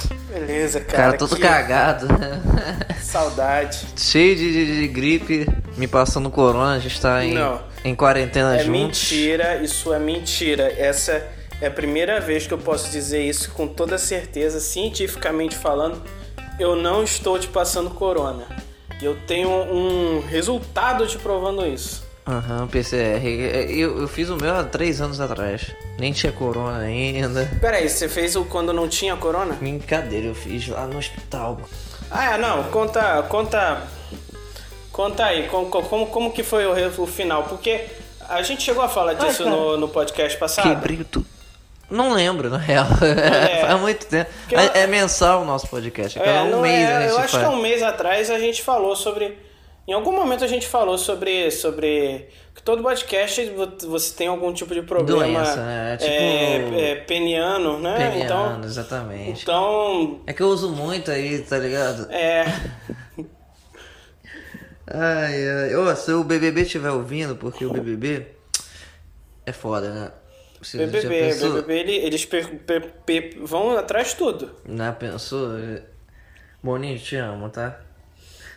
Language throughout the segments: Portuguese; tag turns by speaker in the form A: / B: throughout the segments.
A: tristeza,
B: O cara
A: cara.
B: todo
A: que
B: cagado, né?
A: Saudade.
B: Cheio de, de- de gripe, me passando corona, a gente tá em,
A: Não.
B: em quarentena
A: É
B: juntos.
A: mentira, isso é mentira. Essa é a primeira vez que eu posso dizer isso com toda certeza, cientificamente falando. Eu não estou te passando corona. Eu tenho um resultado te provando isso.
B: Aham, PCR. É, Eu, eu fiz o meu há três anos atrás. Nem tinha corona ainda.
A: Peraí, você fez o quando não tinha corona?
B: Brincadeira, eu fiz lá no hospital.
A: Ah, é, não, conta, conta, conta aí, com- com- como, como que foi o, re- o final? Porque a gente chegou a falar disso no, no podcast passado.
B: Quebrei tudo. Não lembro, na real.
A: É.
B: Faz muito tempo.
A: Que eu-
B: É, é mensal o nosso podcast. É, cada um
A: não
B: mês a gente
A: eu acho
B: faz.
A: que há um mês atrás a gente falou sobre. Em algum momento a gente falou sobre. sobre que todo podcast vo- você tem algum tipo de problema.
B: Doença, né? Tipo-
A: é, é, peniano, né?
B: Peniano,
A: Então.
B: exatamente.
A: Então.
B: É que eu uso muito aí, tá ligado?
A: É.
B: Ai, ai. Ô, se o BBB estiver ouvindo, porque o BBB é foda, né? Você já
A: BBB,
B: pensou?
A: BBB, ele- eles per- per- per- vão atrás de tudo.
B: Já pensou? Boninho, te amo, tá?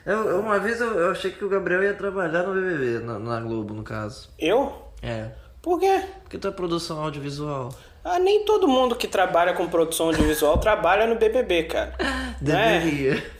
B: Eu, eu- uma vez eu, eu achei que o Gabriel ia trabalhar no BBB, na, na Globo, no caso.
A: Eu?
B: É.
A: Por quê?
B: Porque tu é produção audiovisual.
A: Ah, nem todo mundo que trabalha com produção audiovisual trabalha no BBB, cara. Não é,
B: Deveria.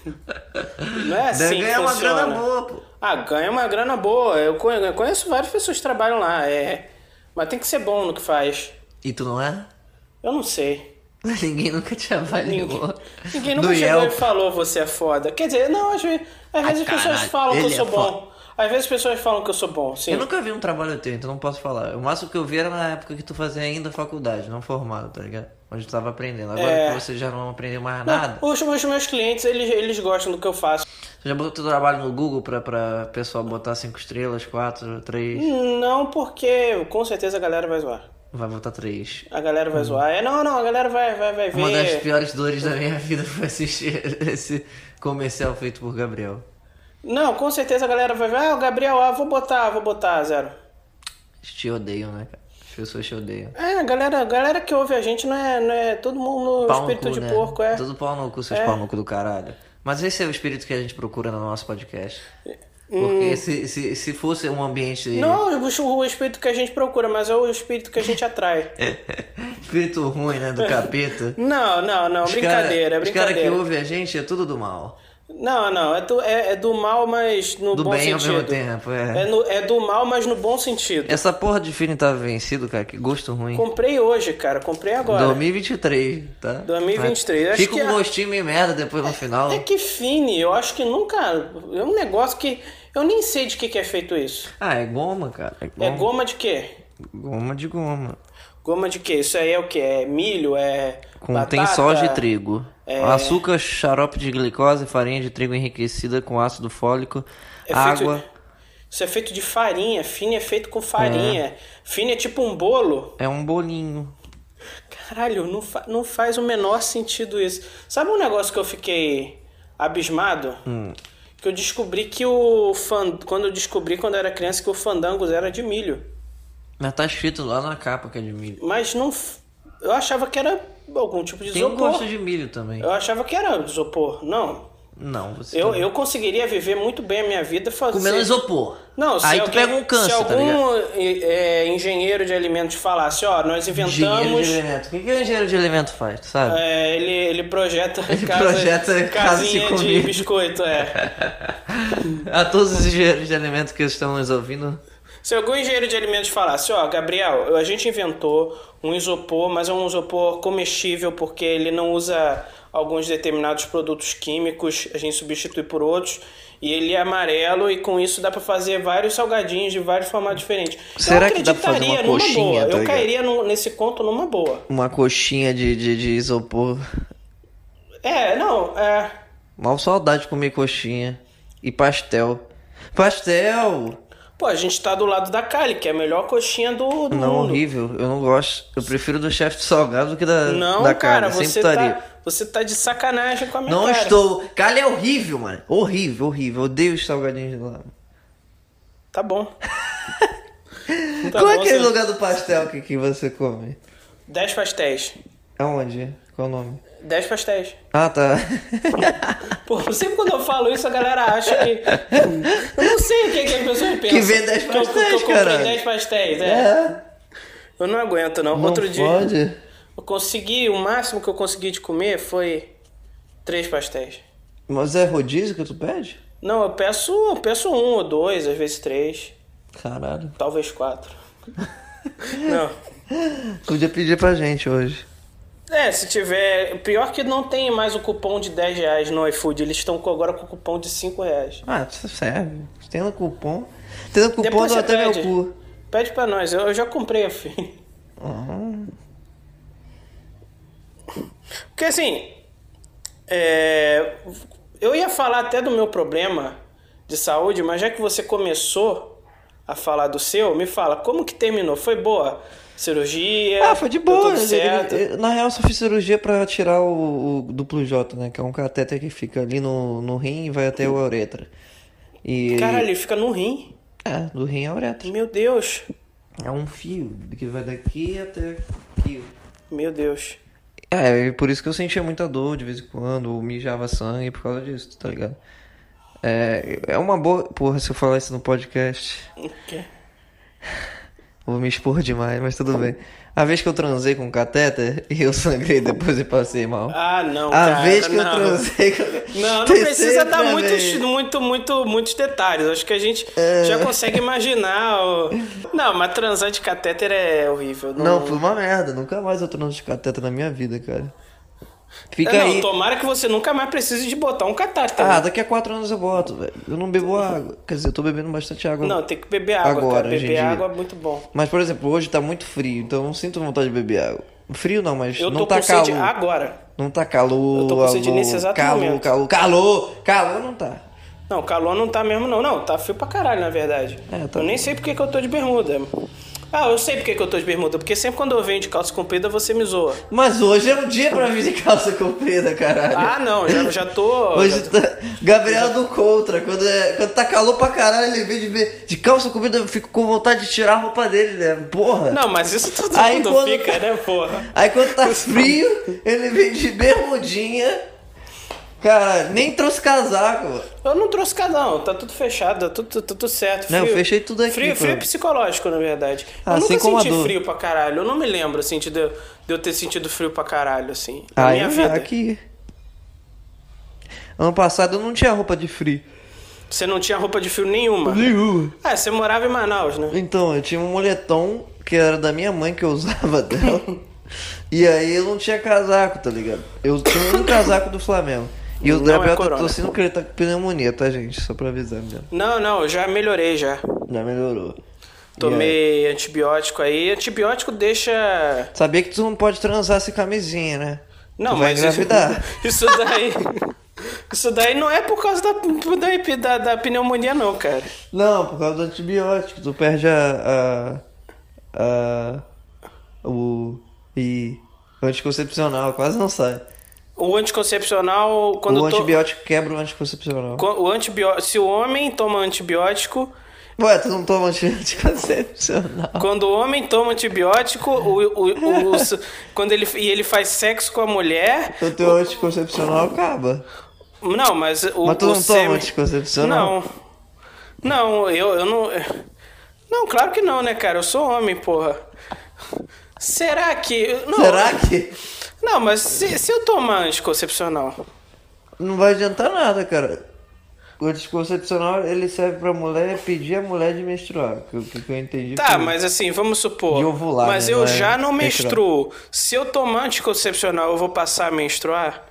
A: não é assim
B: Deve
A: que
B: ganhar uma
A: funciona.
B: grana boa, pô.
A: Ah, ganha uma grana boa. Eu conhe- eu conheço várias pessoas que trabalham lá. É... Mas tem que ser bom no que faz.
B: E tu não é?
A: Eu não sei.
B: Ninguém nunca te avaliou.
A: Ninguém, ninguém nunca
B: Do
A: chegou
B: Yelp. Ah,
A: e falou você é foda. Quer dizer, não, às vezes, às vezes as pessoas
B: caralho,
A: falam que eu
B: ele
A: sou
B: é
A: bom. Às vezes as pessoas falam que eu sou bom, sim.
B: Eu nunca vi um trabalho teu, então não posso falar. O máximo que eu vi era na época que tu fazia ainda faculdade, não formado, tá ligado? Onde tu tava aprendendo. Agora
A: É.
B: que você já não aprendeu mais
A: Não,
B: nada,
A: os, os meus clientes, eles, eles gostam do que eu faço.
B: você já botou teu trabalho no Google pra, pra pessoal botar cinco estrelas, quatro, três.
A: Não porque com certeza a galera vai zoar.
B: Vai botar três.
A: A galera vai zoar. É, não, não, a galera vai, vai, vai ver.
B: Hum. Uma das piores dores da minha vida foi assistir esse comercial feito por Gabriel.
A: Não, com certeza a galera vai ver. Ah, o Gabriel, ah, vou botar, vou botar, zero.
B: Eles te odeiam, né, cara? As pessoas te odeiam.
A: É, a galera, a galera que ouve a gente não é, não é todo mundo no
B: Pau no
A: espírito
B: cu,
A: de
B: né?
A: porco, é.
B: Tudo pau no cu, seus pau no cu do caralho. Mas esse é o espírito que a gente procura no nosso podcast. Porque se, se, se fosse um ambiente.
A: Hum. Não, o, o espírito que a gente procura, mas é o espírito que a gente atrai.
B: É. espírito ruim, né? Do capeta.
A: Não, não, não,
B: Os
A: brincadeira,
B: cara-
A: é
B: Os caras que
A: brincadeira.
B: ouvem a gente é tudo do mal.
A: Não, não, é do, é, é do mal, mas no
B: Do
A: bom
B: bem ao
A: sentido.
B: mesmo tempo, é.
A: É, no- é do mal, mas no bom sentido.
B: Essa porra de filme tá vencido, cara. Que gosto ruim.
A: Comprei hoje, cara, comprei agora.
B: 2023, tá?
A: 2023, acho
B: Fica
A: que
B: um
A: a-
B: gostinho meio merda depois no final.
A: Até É que fine, eu acho que nunca. É um negócio que. Eu nem sei de que, que é feito isso.
B: Ah, é goma, cara. É
A: É
B: goma.
A: goma de quê?
B: Goma de goma.
A: Goma de quê? Isso aí é o quê? É milho? É.
B: Contém
A: batata? é.
B: soja e trigo. Açúcar, xarope de glicose, farinha de trigo enriquecida com ácido fólico,
A: É
B: água.
A: Feito... Isso é feito de farinha. Fine é feito com farinha. Fine é tipo um bolo.
B: É um bolinho.
A: Caralho, não, fa- não faz o menor sentido isso. Sabe um negócio que eu fiquei abismado?
B: Hum.
A: Que eu descobri que o. Fan... Quando eu descobri quando eu era criança que o fandangos era de milho.
B: Mas tá escrito lá na capa que é de milho.
A: Mas não. f- Eu achava que era algum tipo de
B: Tem um
A: isopor.
B: gosto de milho também.
A: Eu achava que era isopor. Não.
B: Não, você.
A: Eu,
B: tá-
A: eu conseguiria viver muito bem a minha vida fazendo.
B: Comendo isopor.
A: Não, se
B: Aí tu
A: alguém,
B: pega um câncer,
A: se
B: tá ligado?
A: algum eh, eh, engenheiro de alimentos falasse, ó, nós
B: Engenheiro
A: inventamos.
B: de alimento. O que, que o engenheiro de alimento faz, tu sabe?
A: eh, ele, ele projeta
B: Ele
A: casa,
B: projeta casa de
A: casinha de
B: comida.
A: biscoito, é.
B: A todos os engenheiros de alimento que estão nos ouvindo.
A: Se algum engenheiro de alimentos falasse, ó, Gabriel, a gente inventou um isopor, mas é um isopor comestível porque ele não usa alguns determinados produtos químicos, a gente substitui por outros, e ele é amarelo e com isso dá pra fazer vários salgadinhos de vários formatos diferentes.
B: Será
A: eu
B: que dá pra fazer uma
A: acreditaria numa
B: coxinha,
A: boa.
B: tá
A: eu
B: ligado?
A: cairia num- nesse conto numa boa.
B: Uma coxinha de, de, de isopor.
A: É, não, é.
B: Mal saudade de comer coxinha. E pastel. Pastel!
A: Pô, a gente tá do lado da Cali, que é a melhor coxinha do, do
B: Não,
A: mundo.
B: horrível. Eu não gosto. Eu prefiro do chefe salgado do que da,
A: Não,
B: da
A: cara,
B: carne. sem
A: você
B: putaria.
A: tá, você tá de sacanagem com a minha
B: Não
A: cara.
B: estou. Calha é horrível, mano. Horrível, horrível. Eu odeio os salgadinhos de lá.
A: Tá bom. Tá
B: Qual é
A: bom,
B: aquele
A: você-
B: lugar do pastel que, que você come?
A: dez pastéis.
B: Aonde? Qual é o nome?
A: 10 pastéis.
B: Ah, tá.
A: Pô, sempre quando eu falo isso, a galera acha que. Eu não sei o que, é que as pessoas pensam.
B: Que vem 10
A: eu- que eu
B: pastéis,
A: comprei
B: caralho.
A: 10 pastéis, é.
B: É.
A: Eu não aguento, não.
B: Não
A: Outro dia.
B: pode?
A: Eu consegui, o máximo que eu consegui de comer foi três pastéis.
B: Mas é rodízio que tu pede?
A: Não, eu peço, eu peço um ou dois, às vezes três,
B: Caralho.
A: talvez quatro. não.
B: Podia pedir pra gente hoje.
A: É, se tiver. Pior que não tem mais o cupom de 10 reais no iFood. Eles estão com- agora com o cupom de 5 reais.
B: Ah, isso serve. Tendo cupom. Tendo cupom
A: Depois
B: dá
A: você
B: até meu
A: pede.
B: cu.
A: Pede pra nós, eu, eu já comprei, filho.
B: Uhum.
A: Porque assim. é, Eu ia falar até do meu problema de saúde, mas já que você começou a falar do seu, me fala, como que terminou? Foi boa? Cirurgia?
B: Ah, foi de
A: É, Deu
B: boa.
A: Tudo
B: Ele-
A: certo?
B: ele- na real, só fiz cirurgia pra tirar o, o duplo J, né? Que é um cateter que fica ali no, no rim e vai até a uretra. E.
A: Caralho, ele fica no rim.
B: É, do rim à uretra.
A: Meu Deus.
B: É um fio que vai daqui até aqui.
A: Meu Deus.
B: É, e por isso que eu sentia muita dor de vez em quando, ou mijava sangue por causa disso, tá ligado? É, é uma boa. Porra, se eu falar isso no podcast.
A: O quê?
B: Vou me expor demais, mas tudo bem. A vez que eu transei com cateter e eu sangrei depois e passei mal.
A: Ah, não,
B: a
A: cara,
B: vez que eu
A: não.
B: transei com...
A: Não, não
B: Terceira
A: precisa dar
B: né,
A: muitos,
B: vez.
A: muito, muito, muitos detalhes. Acho que a gente
B: É.
A: já consegue imaginar. o- Não, mas transar de catéter é horrível.
B: Não, foi uma merda. Nunca mais eu transo de cateter na minha vida, cara. Fica
A: É, não,
B: aí.
A: tomara que você nunca mais precise de botar um catáter.
B: Ah, daqui a quatro anos eu boto, velho. Eu não bebo água. Quer dizer, eu tô bebendo bastante água.
A: não, tem que beber água,
B: Agora,
A: cara.
B: hoje em
A: Beber
B: dia.
A: água é muito bom.
B: Mas, por exemplo, hoje tá muito frio, então eu não sinto vontade de beber água. Frio não, mas
A: Eu
B: não
A: tô
B: tá
A: com
B: calor.
A: sede agora.
B: Não tá calor,
A: Eu tô com sede
B: alô,
A: nesse exato
B: calor,
A: momento.
B: calor, calor, calor não tá.
A: Não, calor não tá mesmo, não. Não, tá frio pra caralho, na verdade.
B: É, tá.
A: Eu nem sei porque que eu tô de bermuda. Ah, eu sei porque que eu tô de bermuda. Porque sempre quando eu venho de calça comprida, você me zoa.
B: Mas hoje é um dia pra vir de calça comprida, caralho.
A: Ah, não, já, já tô. já
B: Hoje tá... Gabriel do Contra, quando, é- quando tá calor pra caralho, ele vem de, be- de calça comprida, eu fico com vontade de tirar a roupa dele, né? Porra.
A: Não, mas isso todo
B: Aí
A: mundo
B: quando-
A: fica, né, porra?
B: Aí quando tá frio, ele vem de bermudinha. Cara, nem trouxe casaco. mano.
A: Eu não trouxe casal, tá tudo fechado, tá tudo, tudo certo.
B: Não, eu
A: frio-
B: fechei tudo aqui,
A: Frio,
B: pô.
A: frio psicológico, na verdade.
B: Ah,
A: eu
B: assim
A: nunca
B: como a
A: senti
B: dor.
A: frio pra caralho. Eu não me lembro, assim, de, de eu ter sentido frio pra caralho, assim. Na
B: Aí
A: minha
B: Ah, eu
A: vida.
B: já aqui. Ano passado eu não tinha roupa de frio.
A: Você não tinha roupa de frio nenhuma.
B: Nenhuma.
A: É, você morava em Manaus, né?
B: Então, eu tinha um moletom que era da minha mãe que eu usava dela. e aí eu não tinha casaco, tá ligado? Eu tinha um casaco do Flamengo. E o
A: Não é
B: Gabriel tá
A: corona.
B: tossindo que ele tá com pneumonia, tá, gente? Só pra avisar mesmo.
A: Não, não, eu já melhorei já.
B: Já melhorou. E aí?
A: Tomei antibiótico aí. Antibiótico deixa.
B: Sabia que tu não pode transar sem camisinha, né?
A: Não,
B: tu vai
A: mas isso,
B: engravidar.
A: isso daí. Isso daí não é por causa da, da, da, da pneumonia, não, cara.
B: Não, por causa do antibiótico. Tu perde a. a. a o. e. o anticoncepcional, quase não sai.
A: O anticoncepcional, quando
B: o
A: to-
B: antibiótico quebra o anticoncepcional.
A: co- o antibió- se o homem toma antibiótico,
B: Ué, tu não toma anti- anticoncepcional.
A: quando o homem toma antibiótico, o, o- o- o- su- quando ele e ele faz sexo com a mulher,
B: O teu anticoncepcional acaba.
A: não, mas o
B: Mas tu
A: o
B: não toma
A: sêmen-
B: anticoncepcional?
A: Não. Não, eu, eu não Não, claro que não, né, cara? Eu sou homem, porra. Será que não,
B: Será que?
A: Não, mas se, se eu tomar anticoncepcional,
B: Não vai adiantar nada, cara. O anticoncepcional ele serve pra mulher pedir a mulher de menstruar. Que, que, que eu entendi.
A: Tá,
B: foi-
A: mas assim, vamos supor.
B: De ovular,
A: mas
B: né?
A: eu
B: Não é
A: já não
B: menstruar.
A: menstruo. Se eu tomar anticoncepcional, eu vou passar a menstruar?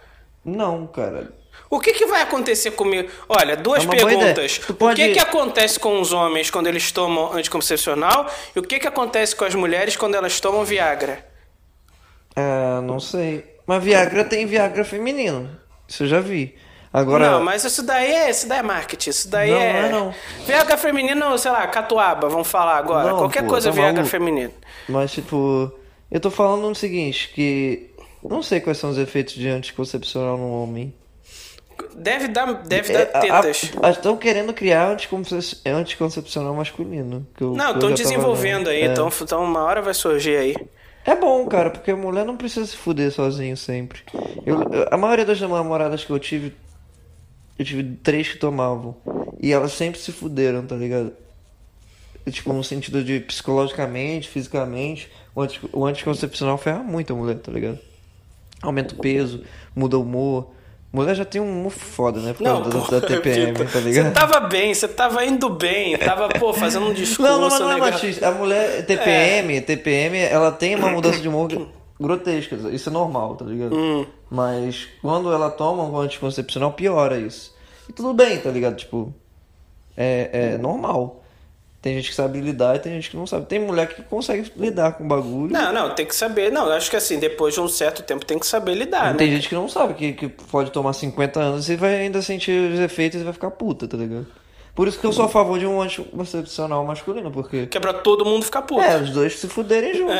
B: Não, cara.
A: O que, que vai acontecer comigo? Olha, duas
B: É uma boa
A: perguntas.
B: ideia. Tu
A: O que,
B: pode-
A: que acontece com os homens quando eles tomam anticoncepcional? E o que, que acontece com as mulheres quando elas tomam Viagra?
B: Ah, não sei. Mas Viagra tem Viagra feminino. Isso eu já vi. Agora.
A: Não, mas isso daí é, isso daí é marketing. Isso daí
B: Não,
A: é.
B: não é não.
A: Viagra feminino, sei lá, catuaba, vamos falar agora.
B: Não,
A: Qualquer
B: pô,
A: coisa
B: tá
A: Viagra
B: maluco.
A: feminino.
B: Mas, tipo, eu tô falando o seguinte, que não sei quais são os efeitos de anticoncepcional no homem.
A: Deve dar, deve
B: É,
A: dar tetas.
B: a- a- Estão querendo criar anticonce- anticoncepcional masculino. que eu-
A: Não,
B: que eu
A: estão
B: já tava
A: desenvolvendo
B: vendo.
A: aí,
B: tá É.
A: então, então uma hora vai surgir aí.
B: É bom, cara, porque a mulher não precisa se fuder sozinho sempre. Eu- eu- a maioria das namoradas que eu tive, eu tive três que tomavam. E elas sempre se fuderam, tá ligado? Tipo, no sentido de psicologicamente, fisicamente. O, anti, o anticoncepcional ferra muito a mulher, tá ligado? Aumenta o peso, muda o humor. Mulher já tem um humor foda, né? Por
A: Não,
B: causa da-
A: pô,
B: da, TPM,
A: Vitor,
B: tá ligado?
A: Você tava bem, você tava indo bem, tava, pô, fazendo um discurso.
B: Não, não, mas não é
A: legal.
B: machista. A mulher TPM, TPM, ela tem uma mudança de humor grotesca. Isso é normal, tá ligado? Mas quando ela toma um anticoncepcional, piora isso. E tudo bem, tá ligado? Tipo, é, é normal. Tem gente que sabe lidar e tem gente que não sabe. Tem mulher que consegue lidar com o bagulho.
A: Não, não, tem que saber. Não, eu acho que assim, depois de um certo tempo tem que saber lidar, né?
B: tem gente que não sabe, que, que pode tomar 50 anos e vai ainda sentir os efeitos e vai ficar puta, tá ligado? Por isso que eu sou a favor de um anticoncepcional masculino, porque.
A: Que é pra todo mundo ficar puto.
B: É, os dois se fuderem juntos.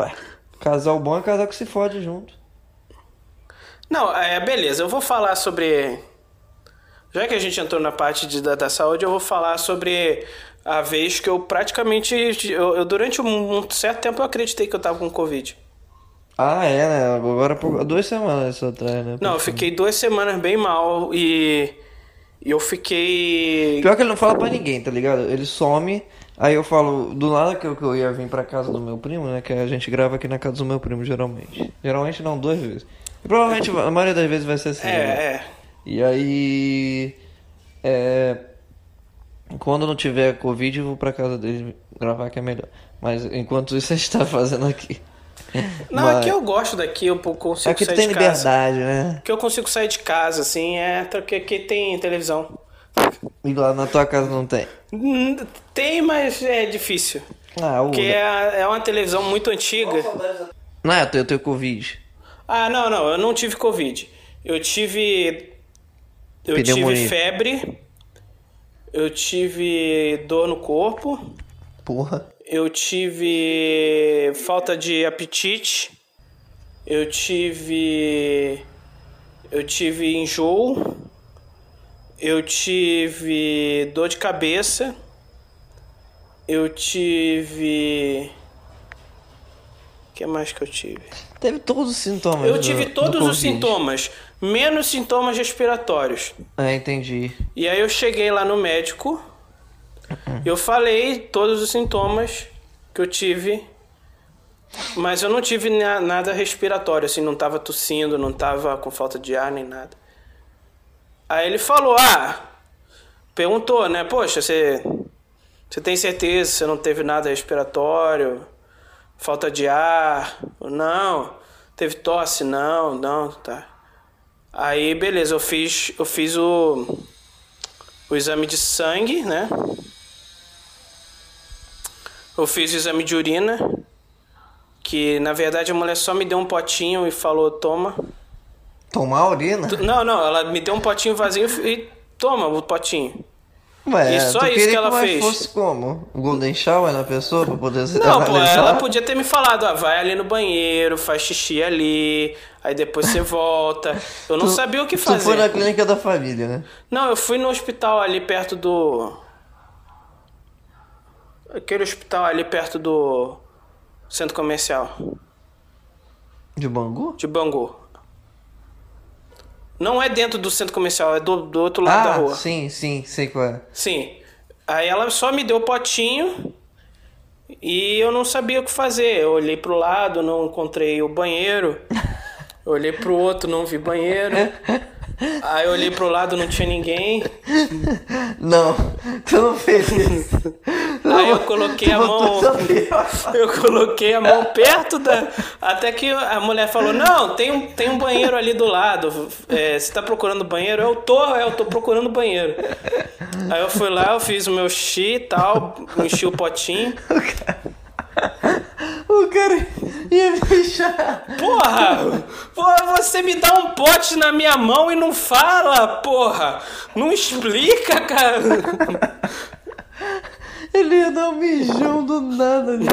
B: Ué, casal bom é casal que se fode junto.
A: Não, é, beleza, eu vou falar sobre. Já que a gente entrou na parte de, da, da saúde, eu vou falar sobre a vez que eu praticamente. Eu, eu, durante um, um certo tempo eu acreditei que eu tava com Covid.
B: Ah, é, né? Agora por há duas semanas isso atrás, né?
A: Não, eu fiquei duas semanas bem mal e. E eu fiquei.
B: Pior que ele não fala pra ninguém, tá ligado? Ele some, aí eu falo, do nada que eu, que eu ia vir pra casa do meu primo, né? Que a gente grava aqui na casa do meu primo, geralmente. Geralmente não, duas vezes. E provavelmente a maioria das vezes vai ser assim.
A: É,
B: né?
A: é.
B: E aí. É. Quando não tiver Covid, eu vou pra casa dele gravar que é melhor. Mas enquanto isso, a gente tá fazendo aqui.
A: Não,
B: Mas-
A: aqui é eu gosto daqui, eu consigo
B: Aqui tu
A: sair
B: tem
A: de casa.
B: liberdade, né?
A: Aqui eu consigo sair de casa, assim, é. Porque aqui tem televisão.
B: E lá na tua casa não tem.
A: Hum, Tem, mas é difícil.
B: Ah, o.
A: Porque é, é uma televisão muito antiga.
B: Não é, eu tenho, eu tenho Covid.
A: Ah, não, não, eu não tive Covid. Eu tive. Eu tive
B: Pneumonia.
A: febre. Eu tive dor no corpo.
B: Porra.
A: Eu tive falta de apetite. Eu tive. Eu tive enjoo. Eu tive dor de cabeça. Eu tive. O que mais que eu tive?
B: Teve todos os sintomas. né,
A: Eu
B: do-
A: tive
B: do
A: todos os
B: Covid.
A: sintomas, menos sintomas respiratórios.
B: Ah, entendi.
A: E aí eu cheguei lá no médico, eu falei todos os sintomas que eu tive, mas eu não tive na- nada respiratório, assim, não tava tossindo, não tava com falta de ar nem nada. Aí ele falou, ah, perguntou, né, poxa, você, você tem certeza que você não teve nada respiratório, falta de ar, não, teve tosse, não, não, tá. Aí, beleza, eu fiz, eu fiz o, o exame de sangue, né? Eu fiz o exame de urina, que na verdade a mulher só me deu um potinho e falou, toma.
B: Tomar a urina?
A: Não, não, ela me deu um potinho vazio e toma o potinho.
B: Ué,
A: e só
B: tu
A: isso
B: queria
A: que ela
B: mais
A: fez.
B: fosse como? O Golden Shower na pessoa pra poder se
A: Não, pô,
B: analisar?
A: ela podia ter me falado, ah, vai ali no banheiro, faz xixi ali, aí depois você volta. Eu não
B: Tu-
A: sabia o que
B: Tu foi
A: fazer.
B: na clínica da família, né?
A: Não, eu fui no hospital ali perto do. Aquele hospital ali perto do centro comercial
B: De Bangu?
A: de Bangu. Não é dentro do centro comercial, é do, do outro lado da
B: Ah,
A: rua.
B: sim, sim, sei qual é.
A: Sim. Aí ela só me deu o potinho e eu não sabia o que fazer. Eu olhei pro lado, não encontrei o banheiro. Eu olhei pro outro, não vi banheiro. Aí eu olhei pro lado, não tinha ninguém.
B: Não, tu não fez isso. Tu
A: Aí eu
B: bot-
A: coloquei
B: tu
A: a
B: botou
A: mão-
B: essa piroca.
A: Eu coloquei a mão perto da. Até que a mulher falou: Não, tem um, tem um banheiro ali do lado. É, você tá procurando banheiro? Eu tô, eu tô procurando banheiro. Aí eu fui lá, eu fiz o meu xixi e tal, enchi o potinho.
B: O cara ia fechar.
A: Porra! Porra, você me dá um pote na minha mão e não fala, porra! Não explica, cara!
B: Ele ia dar um mijão do nada. Né?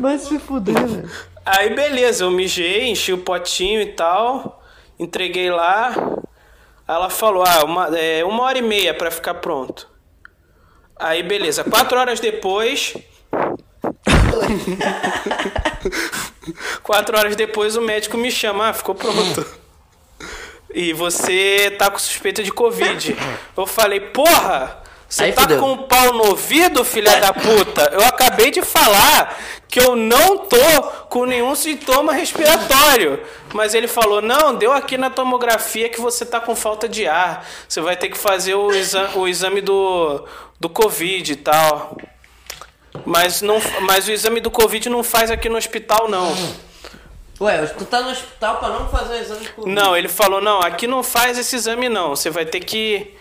B: Mas se fuder, velho.
A: Aí beleza, eu mijei, enchi o potinho e tal, entreguei lá. Ela falou: ah, uma, é, uma hora e meia pra ficar pronto. Aí beleza, quatro horas depois. Quatro horas depois o médico me chama, ah, ficou pronto. E você tá com suspeita de Covid. Eu falei, porra! Você
B: Aí
A: tá
B: fudeu.
A: com o pau no ouvido, filha da puta? Eu acabei de falar que eu não tô com nenhum sintoma respiratório. Mas ele falou: não, deu aqui na tomografia que você tá com falta de ar. Você vai ter que fazer o, exa- o exame do, do Covid e tal. Mas, não, mas o exame do Covid não faz aqui no hospital, não.
B: Ué, tu tá no hospital pra não fazer o exame de Covid.
A: Não, ele falou, não, aqui não faz esse exame não. Você vai ter que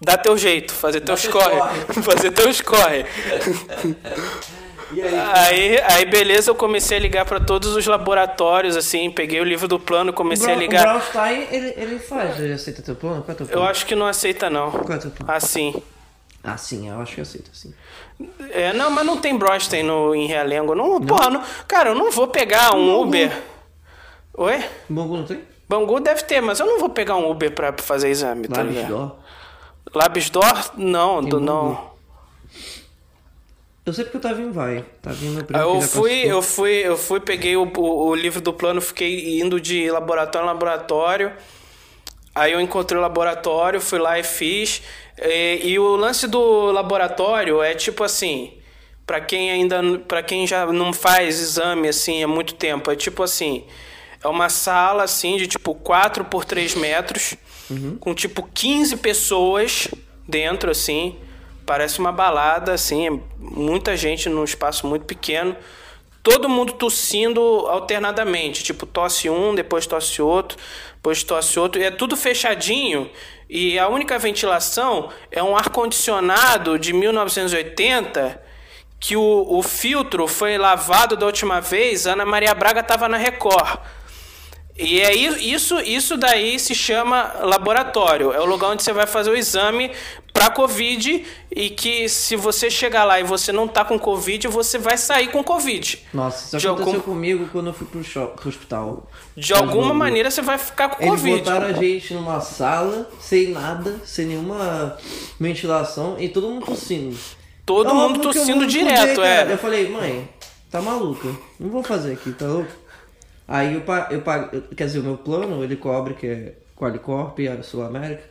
A: dar teu jeito, fazer
B: teu
A: teu escorre.
B: corre.
A: fazer teu escorre.
B: E aí?
A: Aí, aí, beleza, eu comecei a ligar pra todos os laboratórios, assim, peguei o livro do plano,
B: O
A: comecei
B: Bra-
A: a
B: o
A: ligar.
B: Braunstein, tá ele, ele faz, ele aceita teu plano? Qual é teu plano?
A: Eu acho que não aceita, não.
B: Qual é teu plano?
A: Assim.
B: Ah, sim, eu acho que aceita, sim.
A: É, não, mas não tem Brostein no, em Realengo. Não, Porra, não, cara, eu não vou pegar um Uber. Oi?
B: Bongo não tem?
A: Bangu deve ter, mas eu não vou pegar um Uber pra fazer exame, tá
B: Lábios
A: ligado?
B: d'or.
A: Labisdor? Não,
B: um
A: do, não.
B: Eu sei porque o Tavinho vai. Tavinho meu primo.
A: Eu
B: que já
A: fui,
B: participou.
A: eu fui, eu fui, peguei o, o- o livro do plano, fiquei indo de laboratório em laboratório. Aí eu encontrei o laboratório, fui lá e fiz. E, e o lance do laboratório é tipo assim, pra quem ainda, para quem já não faz exame assim há muito tempo, é tipo assim, é uma sala assim de tipo 4 por 3 metros, com tipo 15 pessoas dentro assim. Parece uma balada, assim, é muita gente num espaço muito pequeno. Todo mundo tossindo alternadamente, tipo tosse um, depois tosse outro, depois tosse outro. E é tudo fechadinho e a única ventilação é um ar-condicionado de 1980 que o, o filtro foi lavado da última vez, Ana Maria Braga estava na Record. E é i- isso, isso daí se chama laboratório. É o lugar onde você vai fazer o exame para COVID e que se você chegar lá e você não tá com COVID, você vai sair com COVID.
B: Nossa,
A: de
B: isso aconteceu
A: algum-
B: comigo quando eu fui pro, cho- pro hospital.
A: De alguma
B: Mas,
A: maneira você vai ficar com
B: Eles
A: COVID.
B: botaram a gente numa sala, sem nada, sem nenhuma ventilação e todo mundo tossindo.
A: Todo
B: É
A: mundo
B: óbvio que eu
A: tossindo
B: vou fuder,
A: direto, é.
B: cara. Eu falei, mãe, tá maluca, não vou fazer aqui, tá louco? Aí eu pa- eu pago, quer dizer, o meu plano, ele cobre, que é Qualicorp e a Sul América,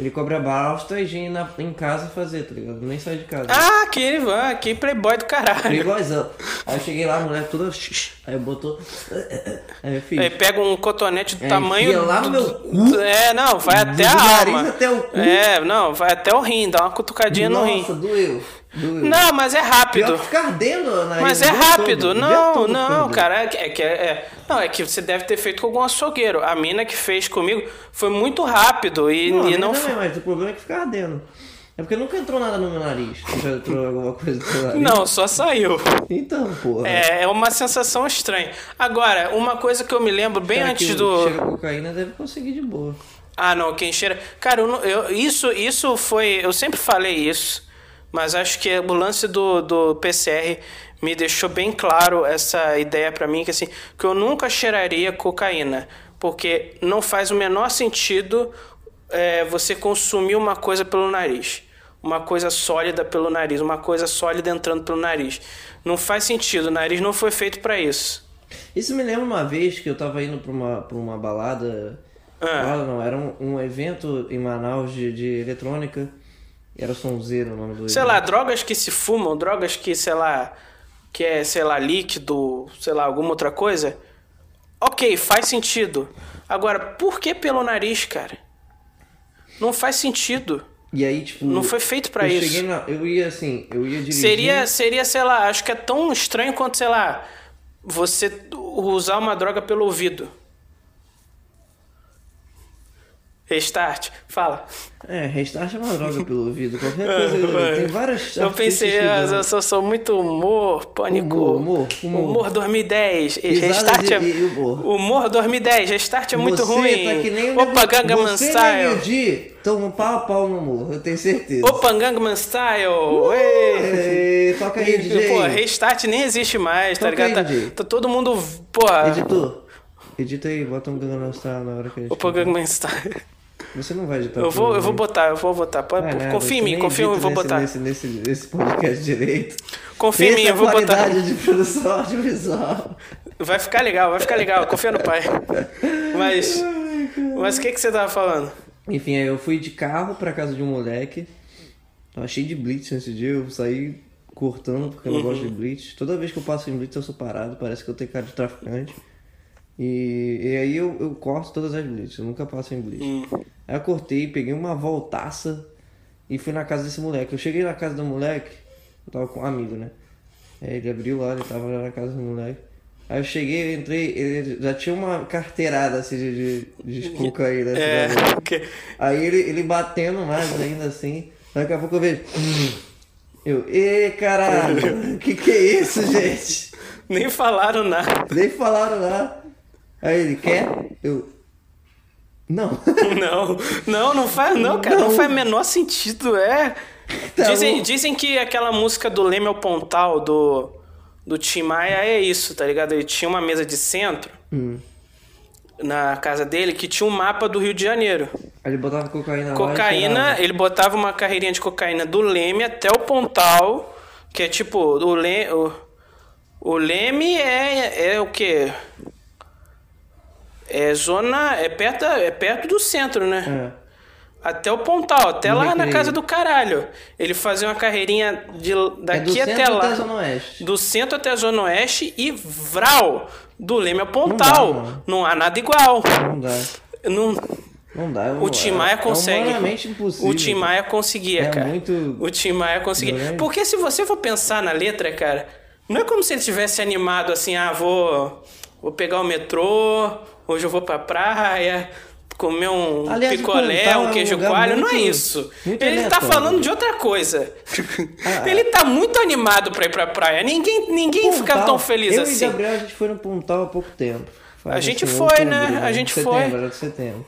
B: ele cobre a Basta e ir na- em casa fazer, tá ligado? Nem sair de casa.
A: Ah, que, ah, que playboy do caralho.
B: Perigosão. Aí eu cheguei lá, a mulher toda. Aí eu botou. Aí eu fiz.
A: Aí pega um cotonete do
B: É,
A: tamanho.
B: enfia lá
A: do-
B: no meu cu.
A: do- É, não, vai até
B: Do
A: a
B: nariz
A: alma.
B: até o cu.
A: É, não, vai até o rim, dá uma cutucadinha no
B: Nossa,
A: rim.
B: doeu. Doeu.
A: Não, mas é
B: Pior
A: rápido.
B: que tá fica ardendo a nariz.
A: Mas
B: o
A: é
B: dia
A: rápido,
B: todo, o dia
A: não,
B: todo fica
A: não,
B: ardendo.
A: cara, é que- é que é, é- não é que você deve ter feito com algum açougueiro. A mina que fez comigo foi muito rápido e
B: Não,
A: e
B: não
A: não
B: também,
A: foi.
B: mas o problema é que fica ardendo. É porque nunca entrou nada no meu nariz. Já entrou alguma coisa no meu nariz.
A: Não, só saiu.
B: Então, porra.
A: É, é uma sensação estranha. Agora, uma coisa que eu me lembro bem
B: Cara,
A: antes
B: que
A: do
B: Cheira cocaína deve conseguir de boa.
A: Ah, não, quem cheira. Cara, eu não- eu- isso, isso foi. Eu sempre falei isso, mas acho que o lance do, do PCR me deixou bem claro essa ideia pra mim, que assim, que eu nunca cheiraria cocaína, porque não faz o menor sentido é, você consumir uma coisa pelo nariz. Uma coisa sólida pelo nariz, uma coisa sólida entrando pelo nariz. Não faz sentido, o nariz não foi feito pra isso.
B: Isso me lembra uma vez que eu tava indo pra uma, pra uma balada.
A: Ah.
B: Balada não, era um, um evento em Manaus de, de eletrônica. E era sonzeiro o nome do
A: Sei lá, drogas que se fumam, drogas que, sei lá, que é, sei lá, líquido, sei lá, alguma outra coisa. Ok, faz sentido. Agora, por que pelo nariz, cara? Não faz sentido.
B: E aí, tipo.
A: Não foi feito pra
B: eu
A: isso.
B: Cheguei na, eu ia assim, eu ia dirigir.
A: Seria, seria, sei lá, acho que é tão estranho quanto, sei lá, você usar uma droga pelo ouvido. Restart, fala.
B: É, restart é uma droga pelo ouvido. Qualquer coisa. é, tem várias.
A: Eu É, pensei, ah,
B: artistas
A: eu
B: que
A: sou, sou muito humor, pânico.
B: Humor, humor, humor.
A: 2010. E
B: Risadas
A: Restart
B: e-
A: é.
B: e humor.
A: 2010. Restart é
B: dão-
A: muito
B: Você
A: ruim.
B: Tá que nem o
A: Opa,
B: Nego-
A: Gangnam
B: Você é
A: Style.
B: Style. Toma um pau a pau no amor, eu tenho certeza.
A: Opa, Gangnam Style. Ei.
B: Ê, toca aí, DJ.
A: Pô, Restart nem existe mais, tá
B: Toca aí,
A: ligado?
B: DJ.
A: Tá, tá todo mundo. Porra.
B: Editor, edita aí, bota um Gangnam Style na hora que a gente. Tá
A: Opa, Gangnam Style.
B: Você não vai editar
A: Eu vou, eu vou
B: provavelmente.
A: botar, eu vou botar. Pode,
B: Vai nada,
A: confia em
B: tu
A: mim,
B: nem
A: confia em mim, eu
B: edita
A: vou botar.
B: Nesse, nesse, nesse, nesse podcast direito.
A: Confia em mim,
B: Essa
A: eu vou botar.
B: qualidade de produção audiovisual.
A: Vai ficar legal, vai ficar legal, confia no pai. Mas. Mas o que, que você tava falando?
B: Enfim, aí eu fui de carro pra casa de um moleque. Tava cheio de blitz nesse dia, eu saí cortando porque eu não gosto de blitz. Toda vez que eu passo em blitz eu sou parado, parece que eu tenho cara de traficante. E, e aí eu, eu corto todas as blitz, eu nunca passo em blitz.
A: Uhum.
B: Aí eu cortei, peguei uma voltaça e fui na casa desse moleque. Eu cheguei na casa do moleque, eu tava com um amigo, né? Aí ele abriu lá, ele tava lá na casa do moleque. Aí eu cheguei, eu entrei, ele já tinha uma carteirada assim de, de, de cocaína. assim,
A: É,
B: na mão.
A: porque.
B: Aí ele, ele batendo mais ainda assim. Daqui a pouco eu vejo. Eu, ê caralho, que que é isso, gente?
A: Nem falaram nada.
B: Nem falaram lá. Aí ele, quer? Eu, não.
A: Não, não, não faz, não, cara. Não,
B: Não.
A: faz o menor sentido, é.
B: Tá
A: dizem,
B: bom.
A: dizem que aquela música do Leme ao Pontal, do, do Tim Maia, é isso, tá ligado? Ele tinha uma mesa de centro
B: Hum.
A: na casa dele que tinha um mapa do Rio de Janeiro.
B: Aí ele botava cocaína lá. e
A: Cocaína,
B: cheirava.
A: ele botava uma carreirinha de cocaína do Leme até o Pontal, que é tipo, o Leme, o, o Leme é, é o quê? É zona, é perto, é perto do centro, né?
B: É.
A: Até o Pontal, até
B: No
A: lá na
B: recreio.
A: casa do caralho. Ele fazia uma carreirinha de,
B: É do
A: daqui
B: centro
A: até lá.
B: até a Zona Oeste.
A: Do centro até a Zona Oeste e Vral, do Leme ao Pontal. Não,
B: Não dá, não.
A: há nada igual.
B: Não dá.
A: Não,
B: Não dá.
A: o Tim Maia
B: é,
A: consegue.
B: É humanamente impossível.
A: O Tim Maia conseguia,
B: É
A: cara.
B: muito-
A: O Tim Maia conseguia.
B: Grande.
A: Porque se você for pensar na letra, cara, não é como se ele tivesse animado assim, ah, vou, vou pegar o metrô, hoje eu vou pra praia, comer um
B: Aliás,
A: picolé,
B: Pontal
A: um
B: é um
A: queijo
B: lugar
A: coalho. não é
B: muito-
A: isso.
B: muito
A: Ele tá
B: aleatório.
A: falando de outra coisa.
B: Ah.
A: ele tá muito animado pra ir pra praia. Ninguém, ninguém fica
B: Pontal.
A: tão feliz
B: eu
A: assim.
B: e Gabriel, a gente foi no Pontal há pouco tempo. Faz,
A: A gente
B: assim,
A: foi, né? A gente
B: setembro,
A: foi.
B: Era de setembro.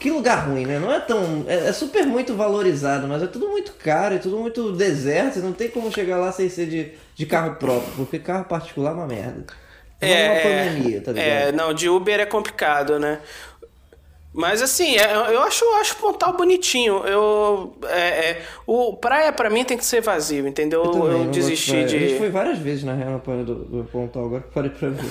B: Que lugar ruim, né? Não é tão. É, é super muito valorizado, mas é tudo muito caro, é tudo muito deserto. e Não tem como chegar lá sem ser de, de carro próprio, porque carro particular é uma merda. É uma pandemia, tá ligado?
A: é, não, de Uber é complicado, né? Mas assim, é, eu acho, eu acho o Pontal bonitinho. Eu, é, é, o praia pra mim tem que ser vazio, entendeu?
B: Eu também
A: Eu,
B: não gosto
A: desisti
B: praia. A gente
A: de.
B: foi várias vezes na real na praia do, do Pontal, agora que parei pra ver.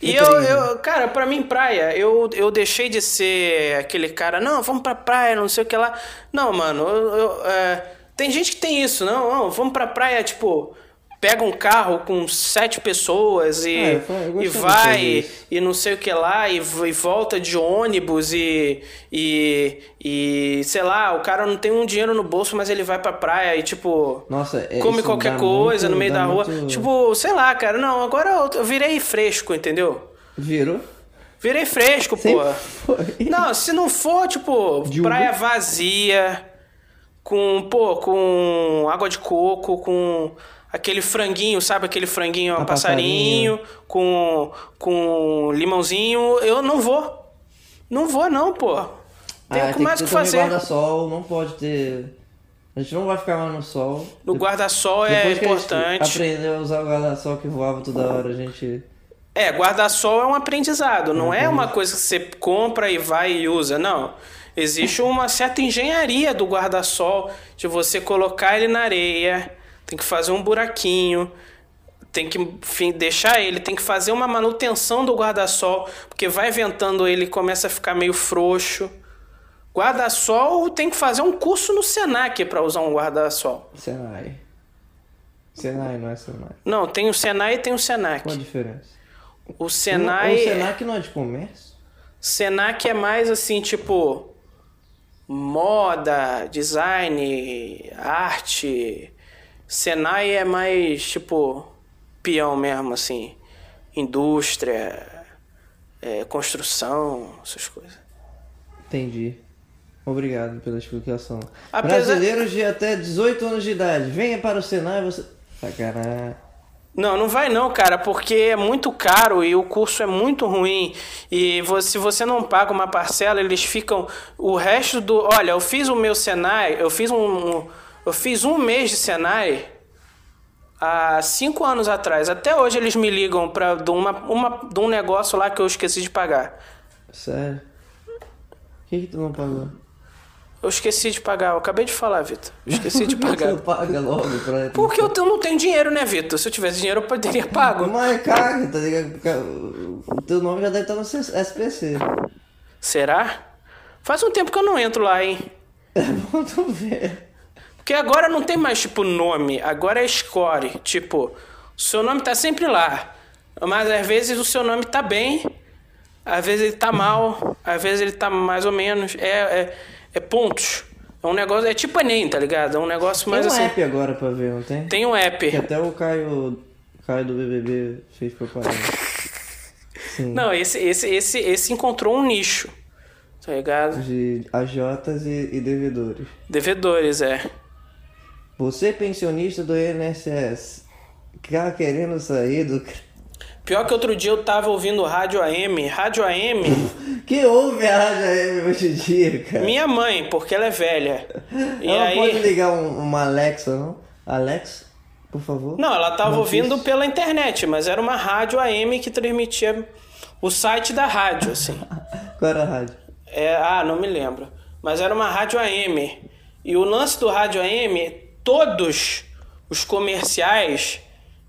A: E eu, eu, cara, pra mim praia, eu, eu deixei de ser aquele cara, não, vamos pra praia, não sei o que lá. Não, mano, eu- eu, é, tem gente que tem isso, não, não, vamos pra praia, tipo, pega um carro com sete pessoas e,
B: É, eu fa- eu gostava
A: e
B: de
A: vai.
B: fazer isso.
A: e não sei o que lá, e, v- e volta de ônibus, e, e, e sei lá, o cara não tem um dinheiro no bolso, mas ele vai pra praia e tipo.
B: Nossa, é,
A: come
B: isso
A: qualquer
B: dá
A: coisa
B: muito-
A: no meio
B: dá
A: da rua.
B: muito-
A: Tipo, sei lá, cara, não, agora é eu- eu virei fresco, entendeu?
B: Virou?
A: Virei fresco, pô.
B: Sempre foi.
A: Não, se não for, tipo,
B: De um Uber?
A: praia vazia, com, pô, com água de coco, com aquele franguinho, sabe? Aquele franguinho a
B: A
A: passarinho, com, com limãozinho, eu não vou. Não vou, não, pô. Tenho
B: ah,
A: com mais
B: tem
A: o que
B: ter também
A: fazer.
B: guarda-sol, não pode ter. A gente não vai ficar mais no sol.
A: No guarda-sol é
B: Depois que a gente
A: importante.
B: Aprendeu a usar o guarda-sol que voava toda hora, a gente.
A: É, guarda-sol é um aprendizado, não é uma coisa que você compra e vai e usa, não. Existe uma certa engenharia do guarda-sol, de você colocar ele na areia, tem que fazer um buraquinho, tem que enfim, deixar ele, tem que fazer uma manutenção do guarda-sol, porque vai ventando ele e começa a ficar meio frouxo. Guarda-sol tem que fazer um curso no Senac para usar um guarda-sol.
B: Senai. Senai, não é Senai.
A: Não, tem o Senai e tem o Senac.
B: Qual a diferença?
A: O
B: O
A: Senai
B: Senai que não é de comércio?
A: Senac é mais assim, tipo moda, design, arte. Senai é mais tipo peão mesmo, assim, indústria, é, construção, essas coisas.
B: Entendi. Obrigado pela explicação.
A: Apesar-
B: Brasileiros de até 18 anos de idade, venha para o Senai você. Sacanagem.
A: Não, não vai não, cara, porque é muito caro e o curso é muito ruim. E vo- se você não paga uma parcela, eles ficam. O resto do. Olha, eu fiz o meu Senai, eu fiz um. um- eu fiz um mês de Senai há cinco anos atrás. Até hoje eles me ligam pra, de, uma, uma, de um negócio lá que eu esqueci de pagar.
B: Sério. que, que tu não pagou?
A: Eu esqueci de pagar, eu acabei de falar, Vitor. Eu Esqueci de pagar.
B: Tu é paga logo pra.
A: Porque eu t- não tenho dinheiro, né, Vitor? Se eu tivesse dinheiro, eu poderia pago.
B: Mas caga, tá ligado? Porque o- O teu nome já deve estar no C- SPC.
A: Será? Faz um tempo que eu não entro lá, hein?
B: É bom tu ver.
A: Porque agora não tem mais, tipo, nome. Agora é score. Tipo, o seu nome tá sempre lá. Mas às vezes o seu nome tá bem, às vezes ele tá mal, às vezes ele tá mais ou menos. É, é, é pontos. É um negócio. É tipo Enem, tá ligado? É um negócio mais
B: tem um
A: assim.
B: app agora pra ver, não tem?
A: Tem um app.
B: Que até o Caio, Caio do BBB fez propaganda.
A: Não, esse, esse, esse, esse encontrou um nicho. Tá ligado?
B: De AJs e, e devedores.
A: Devedores, é.
B: Você, pensionista do INSS, tá querendo sair do. cr-
A: Pior que outro dia eu tava ouvindo rádio AM. Rádio AM,
B: Que houve a Rádio AM hoje em dia, cara?
A: minha mãe, porque ela é velha. E
B: Ela
A: aí.
B: não pode ligar um- uma Alexa, não? Alexa, por favor?
A: Não, ela tava
B: Não
A: ouvindo
B: fiz.
A: pela internet, mas era uma rádio AM que transmitia o site da rádio, assim.
B: Qual era a rádio?
A: É, ah, não me lembro. Mas era uma rádio AM. E o lance do rádio AM, todos os comerciais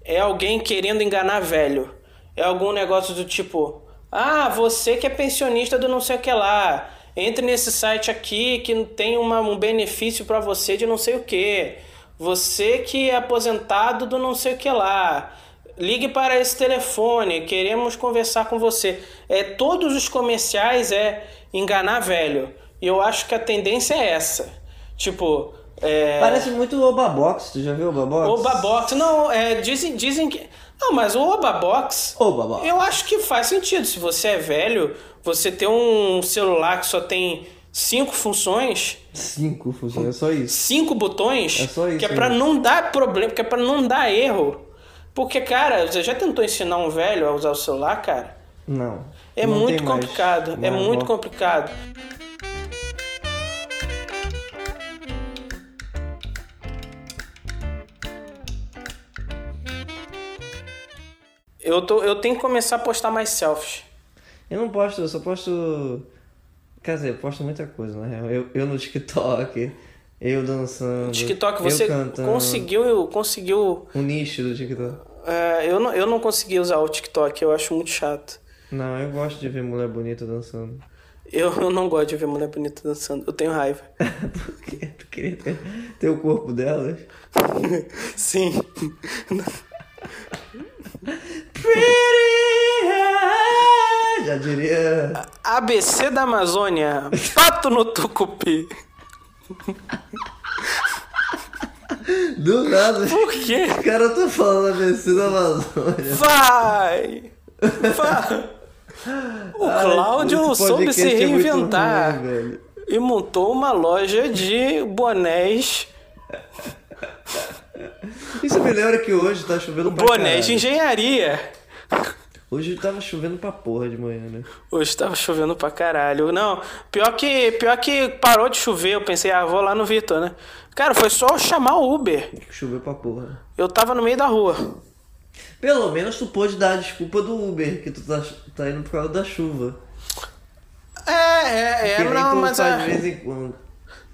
A: é alguém querendo enganar velho. É algum negócio do tipo: ah, você que é pensionista do não sei o que lá, entre nesse site aqui que tem uma- um benefício pra você de não sei o que. Você que é aposentado do não sei o que lá. Ligue para esse telefone, queremos conversar com você. É, todos os comerciais é enganar velho. E eu acho que a tendência é essa. Tipo, é,
B: Parece muito o Oba Box, tu já viu o Oba Box?
A: Oba Box. Não, é, dizem, dizem que. Não, mas o Oba Box.
B: Oba Box.
A: Eu acho que faz sentido. Se você é velho, você ter um celular que só tem cinco funções,
B: Cinco funções, é só isso.
A: cinco botões,
B: É só isso
A: que é pra
B: mesmo.
A: não dar problema, que é pra não dar erro. Porque, cara, você já tentou ensinar um velho a usar o celular, cara?
B: Não.
A: É
B: não
A: muito
B: tem mais.
A: complicado, é
B: Não,
A: muito
B: não.
A: complicado. Eu, tô, eu tenho que começar a postar mais selfies.
B: Eu não posto, eu só posto. Quer dizer, eu posto muita coisa, na real. Eu, eu no TikTok, eu dançando.
A: TikTok,
B: eu
A: você
B: cantando.
A: conseguiu. conseguiu
B: O nicho do TikTok.
A: é, eu, não, eu não consegui usar o TikTok, eu acho muito chato.
B: Não, eu gosto de ver mulher bonita dançando.
A: Eu, eu não gosto de ver mulher bonita dançando, eu tenho raiva.
B: Porque tu queria ter, ter o corpo delas.
A: Sim.
B: Já diria.
A: ABC da Amazônia, pato no tucupi.
B: Do nada.
A: Por quê?
B: Os caras tão tá falando tá ABC da Amazônia.
A: Vai! Vai! O Cláudio
B: esse
A: soube se
B: podcast é muito
A: reinventar
B: ruim, velho.
A: e montou uma loja de bonés,
B: Isso me lembra que hoje tá chovendo pra
A: bonés
B: caralho.
A: de engenharia.
B: Hoje tava chovendo pra porra de manhã, né?
A: Hoje tava chovendo pra caralho. Não, pior que, pior que parou de chover, eu pensei, ah, vou lá no Vitor, né? Cara, foi só eu chamar o Uber.
B: Choveu pra porra.
A: Eu tava no meio da rua.
B: Pelo menos tu pôde dar a desculpa do Uber, que tu tá, tá indo por causa da chuva.
A: É, é,
B: que
A: é,
B: nem
A: não,
B: tu
A: mas
B: faz
A: é-
B: de vez em quando.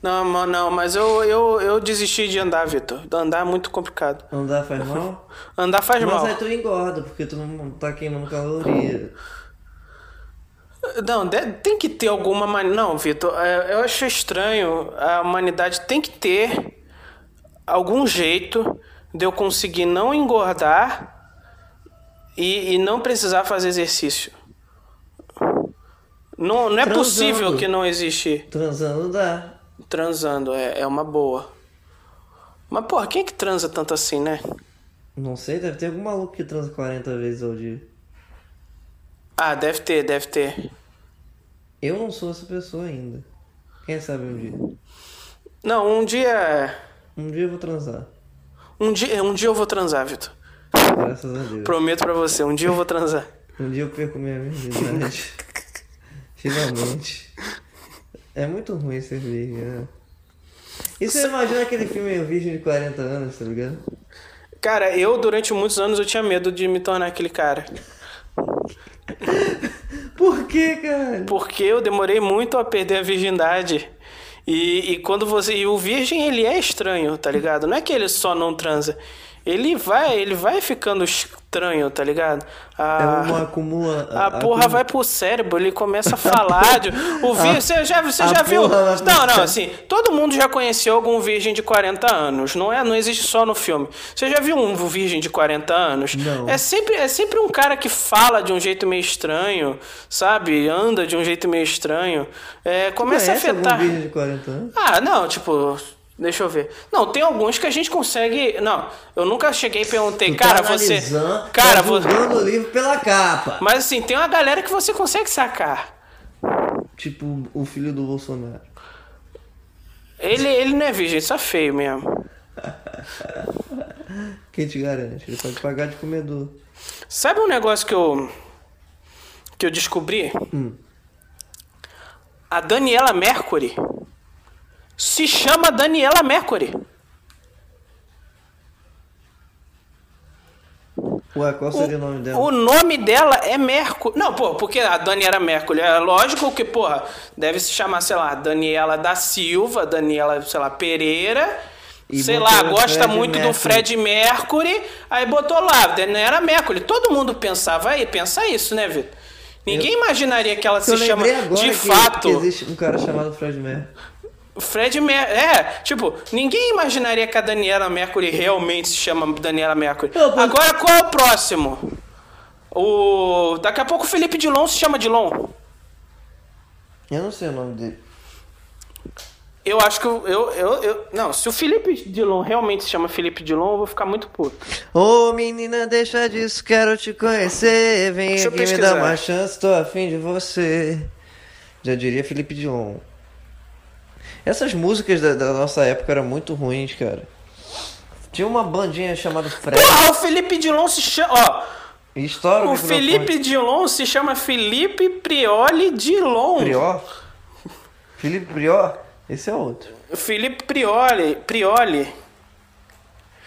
A: Não, mano, não, mas eu, eu, eu desisti de andar, Vitor. Andar é muito complicado.
B: Andar faz mal?
A: Andar faz
B: Mas é
A: mal.
B: aí tu engorda, porque tu não tá queimando caloria.
A: Não, de- tem que ter alguma maneira. Não, Vitor, é, eu acho estranho. A humanidade tem que ter algum jeito de eu conseguir não engordar e, e não precisar fazer exercício. Não, não é
B: Transando.
A: possível que não existe
B: Transando dá.
A: transando. É, é uma boa. Mas, porra, quem é que transa tanto assim, né?
B: Não sei, deve ter algum maluco que transa 40 vezes ao dia.
A: Ah, deve ter, deve ter.
B: Eu não sou essa pessoa ainda. Quem sabe um dia.
A: Não, um dia.
B: Um dia eu vou transar.
A: Um dia, um dia eu vou transar, Vitor.
B: Graças a Deus.
A: Prometo pra você, um dia eu vou transar.
B: Um dia eu perco minha virgindade. Finalmente. É muito ruim ser virgem, né? E você imagina aquele filme Virgem de 40 anos, tá ligado?
A: Cara, eu durante muitos anos eu tinha medo de me tornar aquele cara.
C: Por que, cara?
A: Porque eu demorei muito a perder a virgindade. E, e quando você. E o virgem, ele é estranho, tá ligado? Não é que ele só não transa. Ele vai, ele vai ficando estranho, tá ligado? Ah, A,
B: É uma acumula.
A: a porra vai pro cérebro, ele começa a falar. de- o virgem, você já, você
B: a
A: já viu?
B: porra vai pro
A: Não, não, assim, todo mundo já conheceu algum virgem de 40 anos, não é? Não existe só no filme. Você já viu um virgem de 40 anos?
B: Não.
A: É sempre, é sempre um cara que fala de um jeito meio estranho, sabe? Anda de um jeito meio estranho. É, começa a
B: Conhece algum
A: afetar.
B: virgem de 40 anos?
A: Ah, não, tipo, deixa eu ver. Não, tem alguns que a gente consegue. Não, eu nunca cheguei e perguntei,
C: Tu
A: cara,
C: tá
A: você.
C: analisando,
A: Cara,
C: tá
A: você.
C: julgando o livro pela capa.
A: Mas assim, tem uma galera que você consegue sacar.
B: Tipo, o filho do Bolsonaro.
A: Ele, ele não é virgem, só feio mesmo.
B: Quem te garante? Ele pode pagar de comedor.
A: Sabe um negócio que eu. que eu descobri? A Daniela Mercury se chama Daniela Mercury.
B: Ué, qual seria o, nome dela?
A: O nome dela é Mercury. Não, pô, porque a Dani era Mercury. É lógico que, porra, deve se chamar, sei lá, Daniela da Silva, Daniela, sei lá, Pereira.
B: E
A: sei
B: botou
A: lá,
B: o
A: gosta
B: Fred
A: muito do
B: Mercury.
A: Fred Mercury. Aí botou lá, Daniela Mercury. Todo mundo pensava aí, pensa isso, né, Vitor? Ninguém imaginaria que ela
B: Eu
A: se chama
B: lembrei agora
A: de
B: que-
A: fato.
B: que existe um cara chamado Fred Mercury.
A: Fred Mer... É, tipo, ninguém imaginaria que a Daniela Mercury realmente se chama Daniela Mercury.
C: Não, mas-
A: Agora, qual é o próximo? O... Daqui a pouco o Felipe Dilon se chama Dilon.
B: Eu não sei o nome dele.
A: Eu acho que eu, eu, eu, eu- Não, se o Felipe Dilon realmente se chama Felipe Dilon, eu vou ficar muito puto.
B: Ô menina, deixa disso, quero te conhecer. Vem
A: Deixa eu
B: aqui me
A: pesquisar.
B: dá uma chance, tô afim de você. Já diria Felipe Dilon. Essas músicas da, da nossa época eram muito ruins, cara. Tinha uma bandinha chamada Fred.
A: Porra, o Felipe Dilon se chama. Ó,
B: E estoura
A: o
B: microfone.
A: Felipe Dilon se chama Felipe Prioli Dilon.
B: Prior? Felipe Prior? Esse é outro.
A: Felipe Prioli. Prioli.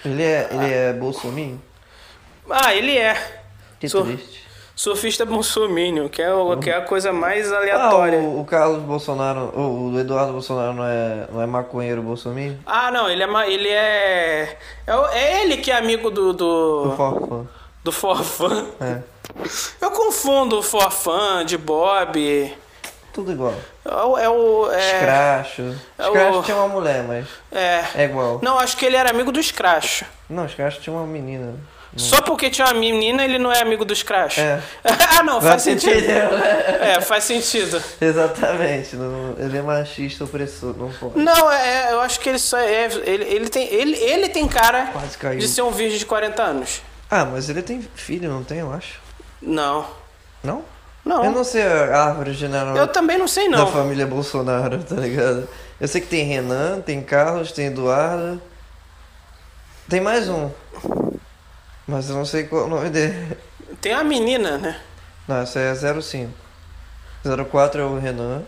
B: Ele é, ele é bolsominho?
A: Ah, ele é.
B: Que
A: Sou-
B: triste.
A: Surfista Bolsominion, que é, o- que é a coisa mais
B: Ah,
A: aleatória.
B: o, o Carlos Bolsonaro, o, o Eduardo Bolsonaro não é, não é maconheiro bolsominho?
A: Ah, não, ele é. ma- Ele é. É, o- é ele que é amigo do.
B: Ou
A: Do,
B: forfã?
A: do Forfã.
B: É.
A: Eu confundo o Forfã de Bob.
B: Tudo igual.
A: É o. É. o- é,
B: Escracho.
A: É
B: Escracho
A: o-
B: tinha uma mulher, mas
A: é.
B: é igual.
A: Não, acho que ele era amigo do Scratch.
B: Não, Escracho tinha uma menina.
A: Só porque tinha uma menina, ele não é amigo do Scratch.
B: É.
A: ah, não, faz
B: Você
A: sentido.
B: entendeu, né?
A: É, faz sentido.
B: Exatamente. Não, ele é machista opressor, não pode.
A: Não, é, é, eu acho que ele só é. Ele, ele, tem, ele, ele tem cara
B: Quase caiu.
A: de ser um virgem de 40 anos.
B: Ah, mas ele tem filho, não tem, eu acho.
A: Não.
B: Não?
A: Não.
B: Eu não sei a árvore general
A: Eu também não sei,
B: da
A: não.
B: família Bolsonaro, tá ligado? Eu sei que tem Renan, tem Carlos, tem Eduardo. Tem mais um. Mas eu não sei qual é o nome dele.
A: Tem a menina, né?
B: Não, essa é 05. 04 é o Renan.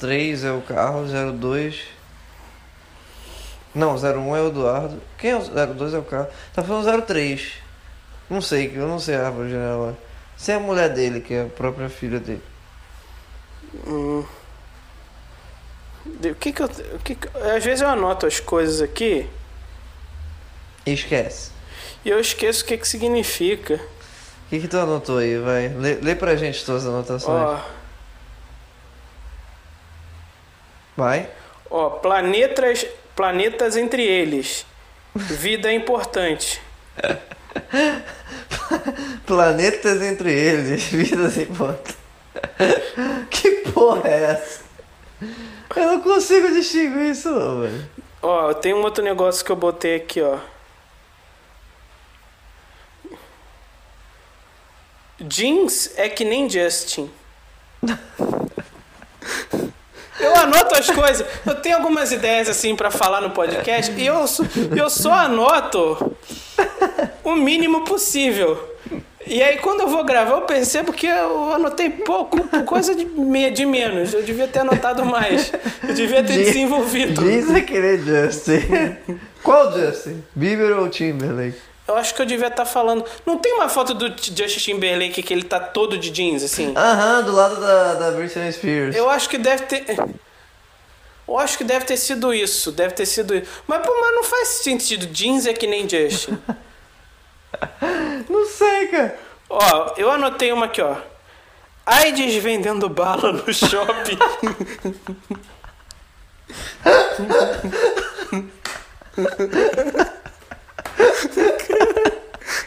B: 03 é o Carlos. 02. Não, 01 é o Eduardo. Quem é o 02 é o Carlos. Tá falando 03. Não sei, eu não sei a árvore genealógica. Se é a mulher dele, que é a própria filha dele.
A: Hum. De- O que que eu. o que que- Às vezes eu anoto as coisas aqui
B: Esquece.
A: e eu esqueço o que que significa.
B: O que, que tu anotou aí, vai? Lê, lê pra gente tuas anotações.
A: Ó,
B: Vai.
A: ó, planetas, planetas entre eles. Vida é importante.
B: Planetas entre eles, vidas em volta. que porra é essa? Eu não consigo distinguir isso, não, velho.
A: Ó, tem um outro negócio que eu botei aqui, ó. Jeans é que nem Justin. Eu anoto as coisas. Eu tenho algumas ideias assim pra falar no podcast e eu, só- eu só anoto o mínimo possível. E aí quando eu vou gravar eu percebo que eu anotei pouco, coisa de, me- de menos. Eu devia ter anotado mais. Eu devia ter
B: Jeans-
A: desenvolvido.
B: é Diz a querer Justin. Qual Justin? Bieber ou Timberlake?
A: Eu acho que eu devia estar falando. Não tem uma foto do Justin Timberlake que ele tá todo de jeans, assim?
B: Aham, do lado da, da Britney Spears.
A: Eu acho que deve ter. Eu acho que deve ter sido isso. Deve ter sido isso. Mas, pô, mas não faz sentido. Jeans é que nem Justin.
B: Não sei, cara.
A: ó, eu anotei uma aqui, ó. AIDS vendendo bala no shopping.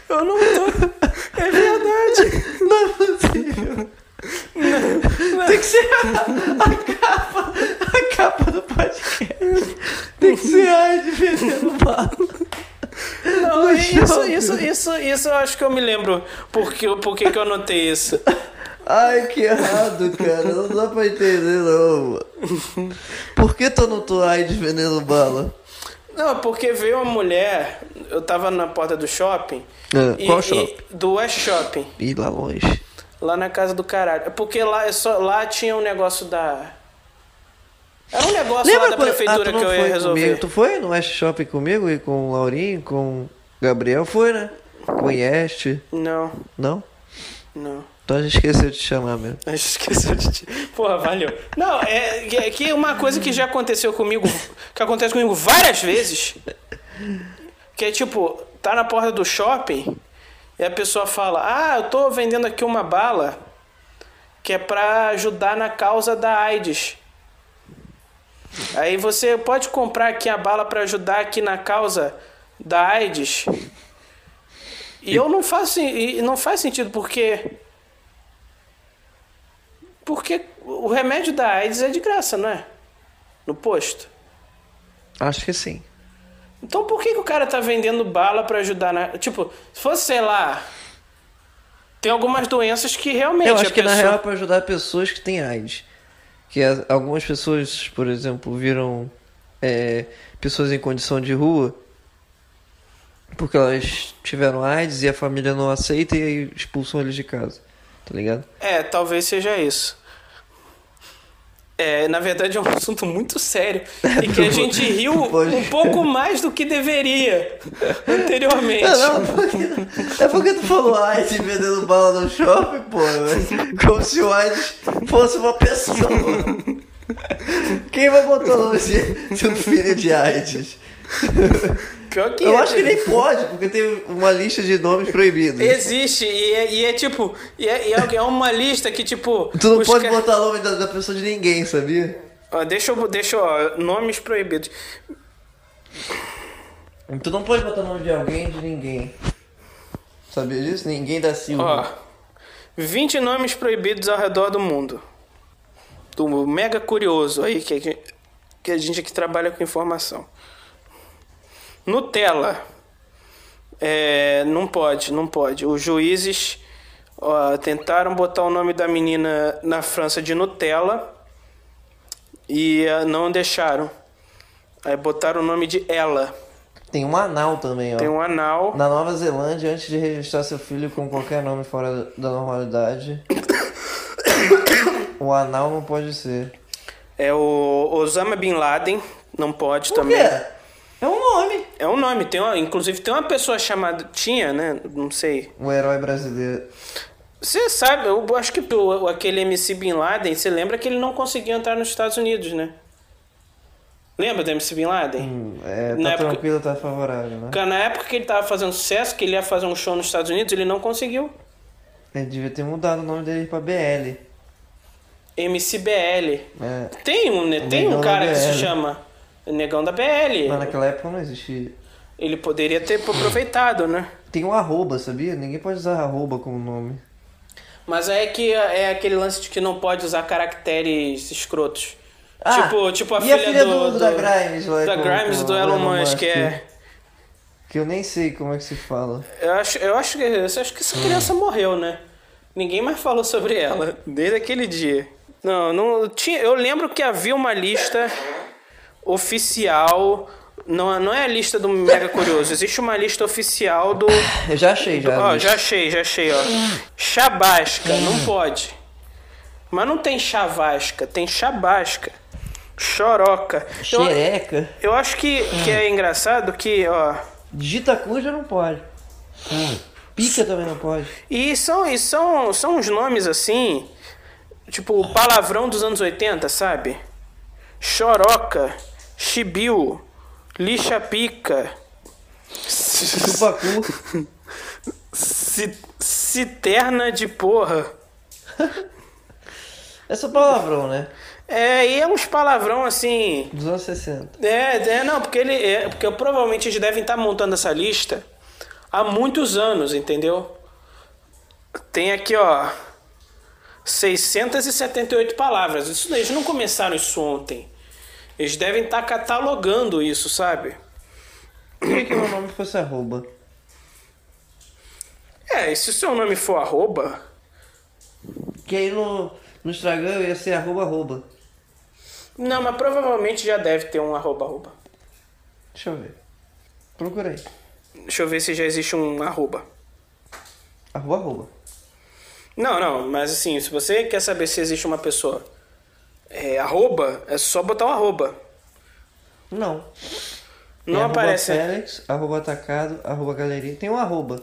A: eu não tô. É verdade.
B: Não é possível. Tem que ser a, a capa, a capa do podcast. Tem que ser a de vendendo bala.
A: Não,
B: No
A: isso,
B: shopping.
A: isso, isso, isso eu acho que eu me lembro porque, porque que eu anotei isso.
B: Ai, que errado, cara. Não dá pra entender, não. mano. Por que tu não tô aí de vendendo bala?
A: Não, porque veio uma mulher, eu tava na porta do shopping.
B: É, qual shopping?
A: do West Shopping,
B: Ih, lá longe.
A: lá na casa do caralho. É Porque lá, é só, lá tinha um negócio da. Era um negócio lá da
B: quando- Ah,
A: prefeitura
B: tu não
A: que eu ia
B: foi
A: resolver.
B: comigo. Tu foi no West Shopping comigo e com o Laurinho, com o Gabriel? Foi, né? Com o Yeste,
A: Não,
B: não?
A: não.
B: Então a gente esqueceu de te chamar mesmo.
A: A gente esqueceu de ti. Porra, valeu. Não, é, é que uma coisa que já aconteceu comigo, que acontece comigo várias vezes, que é tipo, tá na porta do shopping e a pessoa fala: Ah, eu tô vendendo aqui uma bala que é pra ajudar na causa da AIDS. Aí você pode comprar aqui a bala pra ajudar aqui na causa da AIDS. E eu não faço, e não faz sentido porque porque o remédio da AIDS é de graça, não é? No posto.
B: Acho que sim.
A: Então por que, que o cara tá vendendo bala pra ajudar na. Tipo, se fosse, sei lá. Tem algumas doenças que realmente
B: Eu acho
A: a
B: que na
A: pessoa-
B: real é pra ajudar pessoas que têm AIDS. Que as- algumas pessoas, por exemplo, viram é, pessoas em condição de rua porque elas tiveram AIDS e a família não aceita e aí expulsam eles de casa. Tá ligado?
A: É, talvez seja isso. É, na verdade é um assunto muito sério. E que a gente riu
B: pode-
A: um pouco mais do que deveria anteriormente.
B: Não, não, porque- é porque tu falou AIDS vendendo bala no shopping, pô. né? Como se o AIDS fosse uma pessoa. Quem vai botar o nome de, de um filho de AIDS?
A: Pior que
B: Eu
A: é,
B: acho que
A: né?
B: nem pode, porque tem uma lista de nomes proibidos.
A: Existe, e é, e é tipo. E é, e é- é uma lista que, tipo.
B: Tu não
A: os
B: pode
A: ca-
B: botar o nome da, da pessoa de ninguém, sabia?
A: Ó, deixa eu. Deixa eu. ó, Nomes proibidos.
B: Tu não pode botar o nome de alguém de ninguém. Sabia disso? Ninguém da
A: Ó.
B: Silva.
A: 20 nomes proibidos ao redor do mundo. Do mega curioso aí, que, que, que a gente aqui trabalha com informação. Nutella. É, não pode, não pode. Os juízes ó, tentaram botar o nome da menina na França de Nutella e ah, não deixaram. Aí botaram o nome de ela.
B: Tem um anal também, ó.
A: Tem um anal.
B: Na Nova Zelândia, antes de registrar seu filho com qualquer nome fora da normalidade, o anal não pode ser.
A: É o Osama Bin Laden, não pode
B: Por
A: também.
B: quê? É um nome.
A: É um nome, tem uma, inclusive tem uma pessoa chamada. Tinha, né? Não sei.
B: O herói brasileiro.
A: Você sabe, eu acho que o- aquele MC Bin Laden, você lembra que ele não conseguia entrar nos Estados Unidos, né? Lembra do MC Bin Laden?
B: Hum, É,
A: Na
B: tá
A: época-
B: tranquilo, tá favorável, né?
A: Porque na época que ele tava fazendo sucesso, que ele ia fazer um show nos Estados Unidos, ele não conseguiu.
B: Ele devia ter mudado o nome dele pra BL.
A: MCBL.
B: É,
A: Tem um, né? Tem
B: Negão
A: um
B: da
A: cara que se
B: BL.
A: chama Negão da BL.
B: mas naquela época não existia.
A: Ele poderia ter aproveitado, né?
B: Tem um arroba, sabia? Ninguém pode usar arroba como nome.
A: Mas é que é aquele lance de que não pode usar caracteres escrotos.
B: Ah,
A: tipo, tipo a,
B: e
A: filha
B: a filha do- da Grimes lá
A: Da
B: com-
A: Grimes
B: com
A: do
B: o
A: Elon
B: Elon
A: Musk,
B: Musk.
A: é.
B: Que eu nem sei como é que se fala.
A: Eu acho, eu acho que eu acho que essa criança morreu, né? Ninguém mais falou sobre ela desde aquele dia. Não, não tinha, eu lembro que havia uma lista oficial, não, é- não é a lista do Mega Curioso, existe uma lista oficial do
B: Eu já achei, já.
A: Ó, já achei, já achei, ó. Chabasca, não pode. Mas não tem chavasca, tem chabasca. Choroca. Eu,
B: Xereca.
A: eu acho que, que é engraçado que, ó.
B: Digita cu já não pode. Pica também não pode.
A: E são, e são, são uns nomes assim, tipo o palavrão dos anos 80, sabe? Choroca, chibiu, lixa pica,
B: Chupacu.
A: ci- citerna de porra.
B: É só palavrão, né?
A: É, e é uns palavrão assim.
B: Dos anos 60.
A: É, é não, porque ele. É, porque provavelmente eles devem estar montando essa lista há muitos anos, entendeu? Tem aqui, ó. 678 palavras. Isso, eles não começaram isso ontem. Eles devem estar catalogando isso, sabe?
B: Por que, que meu nome fosse arroba?
A: É, e se o seu nome for arroba.
B: Que aí no, no Instagram eu ia ser arroba arroba.
A: Não, mas provavelmente já deve ter um arroba arroba.
B: Deixa eu ver. Procurei.
A: Deixa eu ver se já existe um arroba.
B: Arroba arroba.
A: Não, não, mas assim, se você quer saber se existe uma pessoa é, arroba, é só botar um arroba.
B: Não.
A: Não
B: É
A: aparece.
B: Arroba Félix, arroba atacado, arroba galeria. Tem um arroba.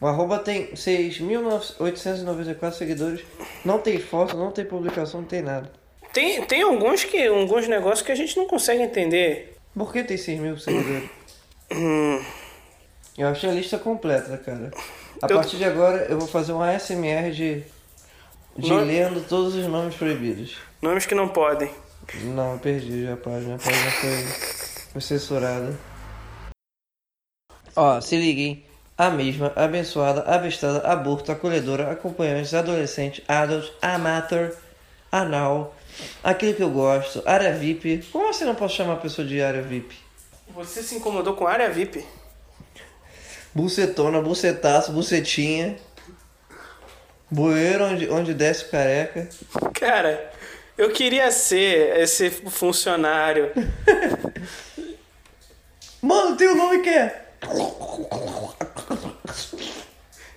B: O arroba tem 6.894 seguidores. Não tem foto, não tem publicação, não tem nada.
A: Tem, tem alguns, que, alguns negócios que a gente não consegue entender.
B: Por que tem 6 mil seguidores?
A: Hum,
B: Eu achei a lista completa, cara. A
A: Eu-
B: partir de agora eu vou fazer um ASMR de. de
A: Não-
B: lendo todos os nomes proibidos.
A: nomes que não podem.
B: Não, eu perdi já a página. A página foi, foi censurada. Ó, se liguem. A mesma, abençoada, abestada, aborto, acolhedora, acompanhantes, adolescente, adult, amateur, anal, aquilo que eu gosto, área VIP. Como assim não posso chamar a pessoa de área VIP?
A: Você se incomodou com área VIP?
B: Bucetona, bucetaço, bucetinha. Bueiro onde, onde desce o careca.
A: Cara, eu queria ser esse funcionário.
B: Mano, tem o nome que é?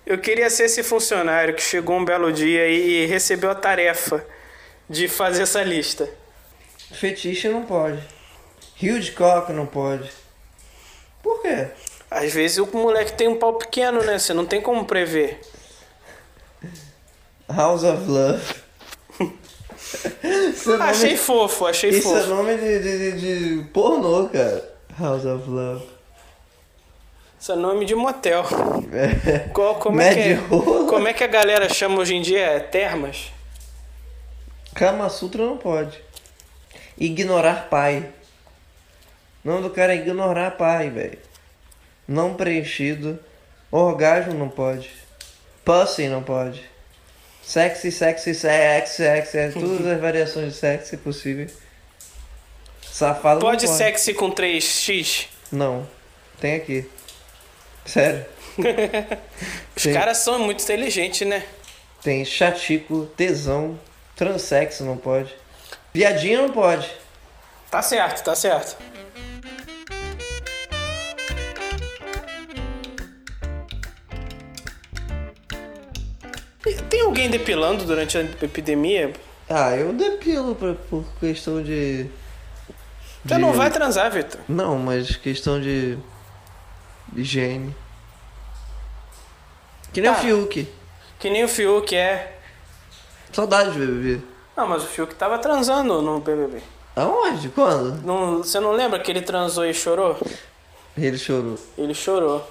A: Eu queria ser esse funcionário que chegou um belo dia e, e recebeu a tarefa de fazer essa lista.
B: Fetiche não pode. Rio de coca não pode. Por quê?
A: Às vezes o moleque tem um pau pequeno, né? Você não tem como prever.
B: House of Love. Isso é nome,
A: Achei fofo, achei
B: isso é
A: fofo.
B: nome de, de, de- de pornô, cara. House of Love.
A: Isso é nome de motel.
B: É.
A: Qual, como, é que, é-
B: Médio rolo.
A: como é que a galera chama hoje em dia? É termas?
B: Kama Sutra não pode. Ignorar pai. O nome do cara é ignorar pai, velho. Não preenchido. Orgasmo não pode. Pussy não pode. Sexy, sexy, sexy, sexy. é Todas as variações de sexy possíveis. Safado
A: Pode
B: não pode.
A: sexy com 3x?
B: Não. Tem aqui. Sério.
A: Os
B: Tem.
A: caras são muito inteligentes, né?
B: Tem chatico, tesão, transexo não pode. Viadinho não pode.
A: Tá certo, tá certo. Tem alguém depilando durante a epidemia?
B: Ah, eu depilo pra, por questão de.
A: Você não vai transar, Vitor.
B: Não, mas questão de. higiene. Que nem
A: Tá.
B: o Fiuk.
A: Que nem o Fiuk é.
B: Saudade, BBB.
A: Não, mas o Fiuk tava transando no BBB.
B: Aonde? Quando?
A: Não, você não lembra que ele transou e chorou?
B: Ele chorou.
A: Ele chorou.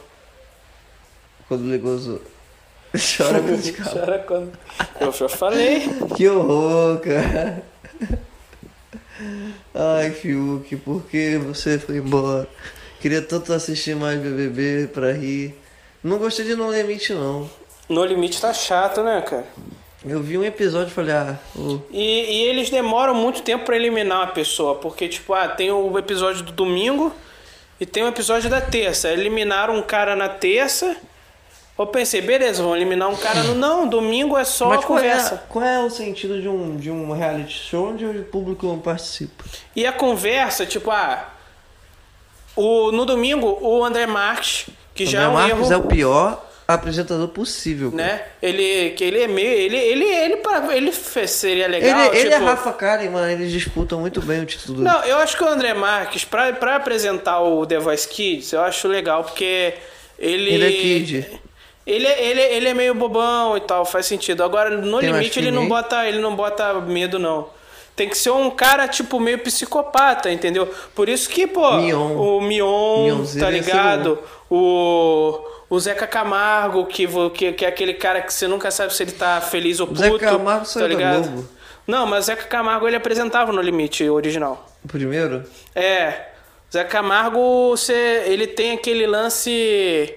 B: Quando ligou os outros. Chora com os caras.
A: Chora quando. Eu já falei.
B: Que horror, cara. Ai, Fiuk, por que você foi embora? Queria tanto assistir mais BBB pra rir. Não gostei de No Limite, não.
A: No limite tá chato, né, cara?
B: Eu vi um episódio e falei, ah, o-
A: E, e eles demoram muito tempo pra eliminar uma pessoa, porque, tipo, ah, tem o episódio do domingo e tem o episódio da terça. Eliminaram um cara na terça. Eu pensei, beleza, vão eliminar um cara no. Não, domingo é só
B: mas
A: a
B: qual é,
A: conversa.
B: qual é o sentido de um, de um reality show onde o público não participa?
A: E a conversa, tipo, ah. O, no domingo, o André Marques, que já é
B: o
A: um
B: Marcos
A: erro.
B: é o pior apresentador possível. cara.
A: né? Ele, que ele é meio. Ele, ele, ele, pra- ele fe- seria legal.
B: ele, ele
A: tipo,
B: é Rafa Karen, mano, eles disputam muito bem o título do
A: Não, eu acho que o André Marques, pra, pra apresentar o The Voice Kids, eu acho legal, porque Ele.
B: Ele é kid.
A: Ele, é- ele, ele é meio bobão e tal, faz sentido. Agora, no
B: Tem mais
A: limite, ele não,
B: filme aí?
A: bota, ele não bota medo, não. Tem que ser um cara, tipo, meio psicopata, entendeu? Por isso que, pô,
B: Mion.
A: o Mion,
B: Mionzinho
A: tá
B: ia ser
A: ligado? O, o Zeca Camargo, que, vo- que, que é aquele cara que você nunca sabe se ele tá feliz ou puto.
B: Zeca Camargo
A: tá
B: saiu da
A: ligado?
B: Globo.
A: Não, mas o Zeca Camargo ele apresentava no limite original.
B: O primeiro?
A: É. Zé Camargo, você, ele tem aquele lance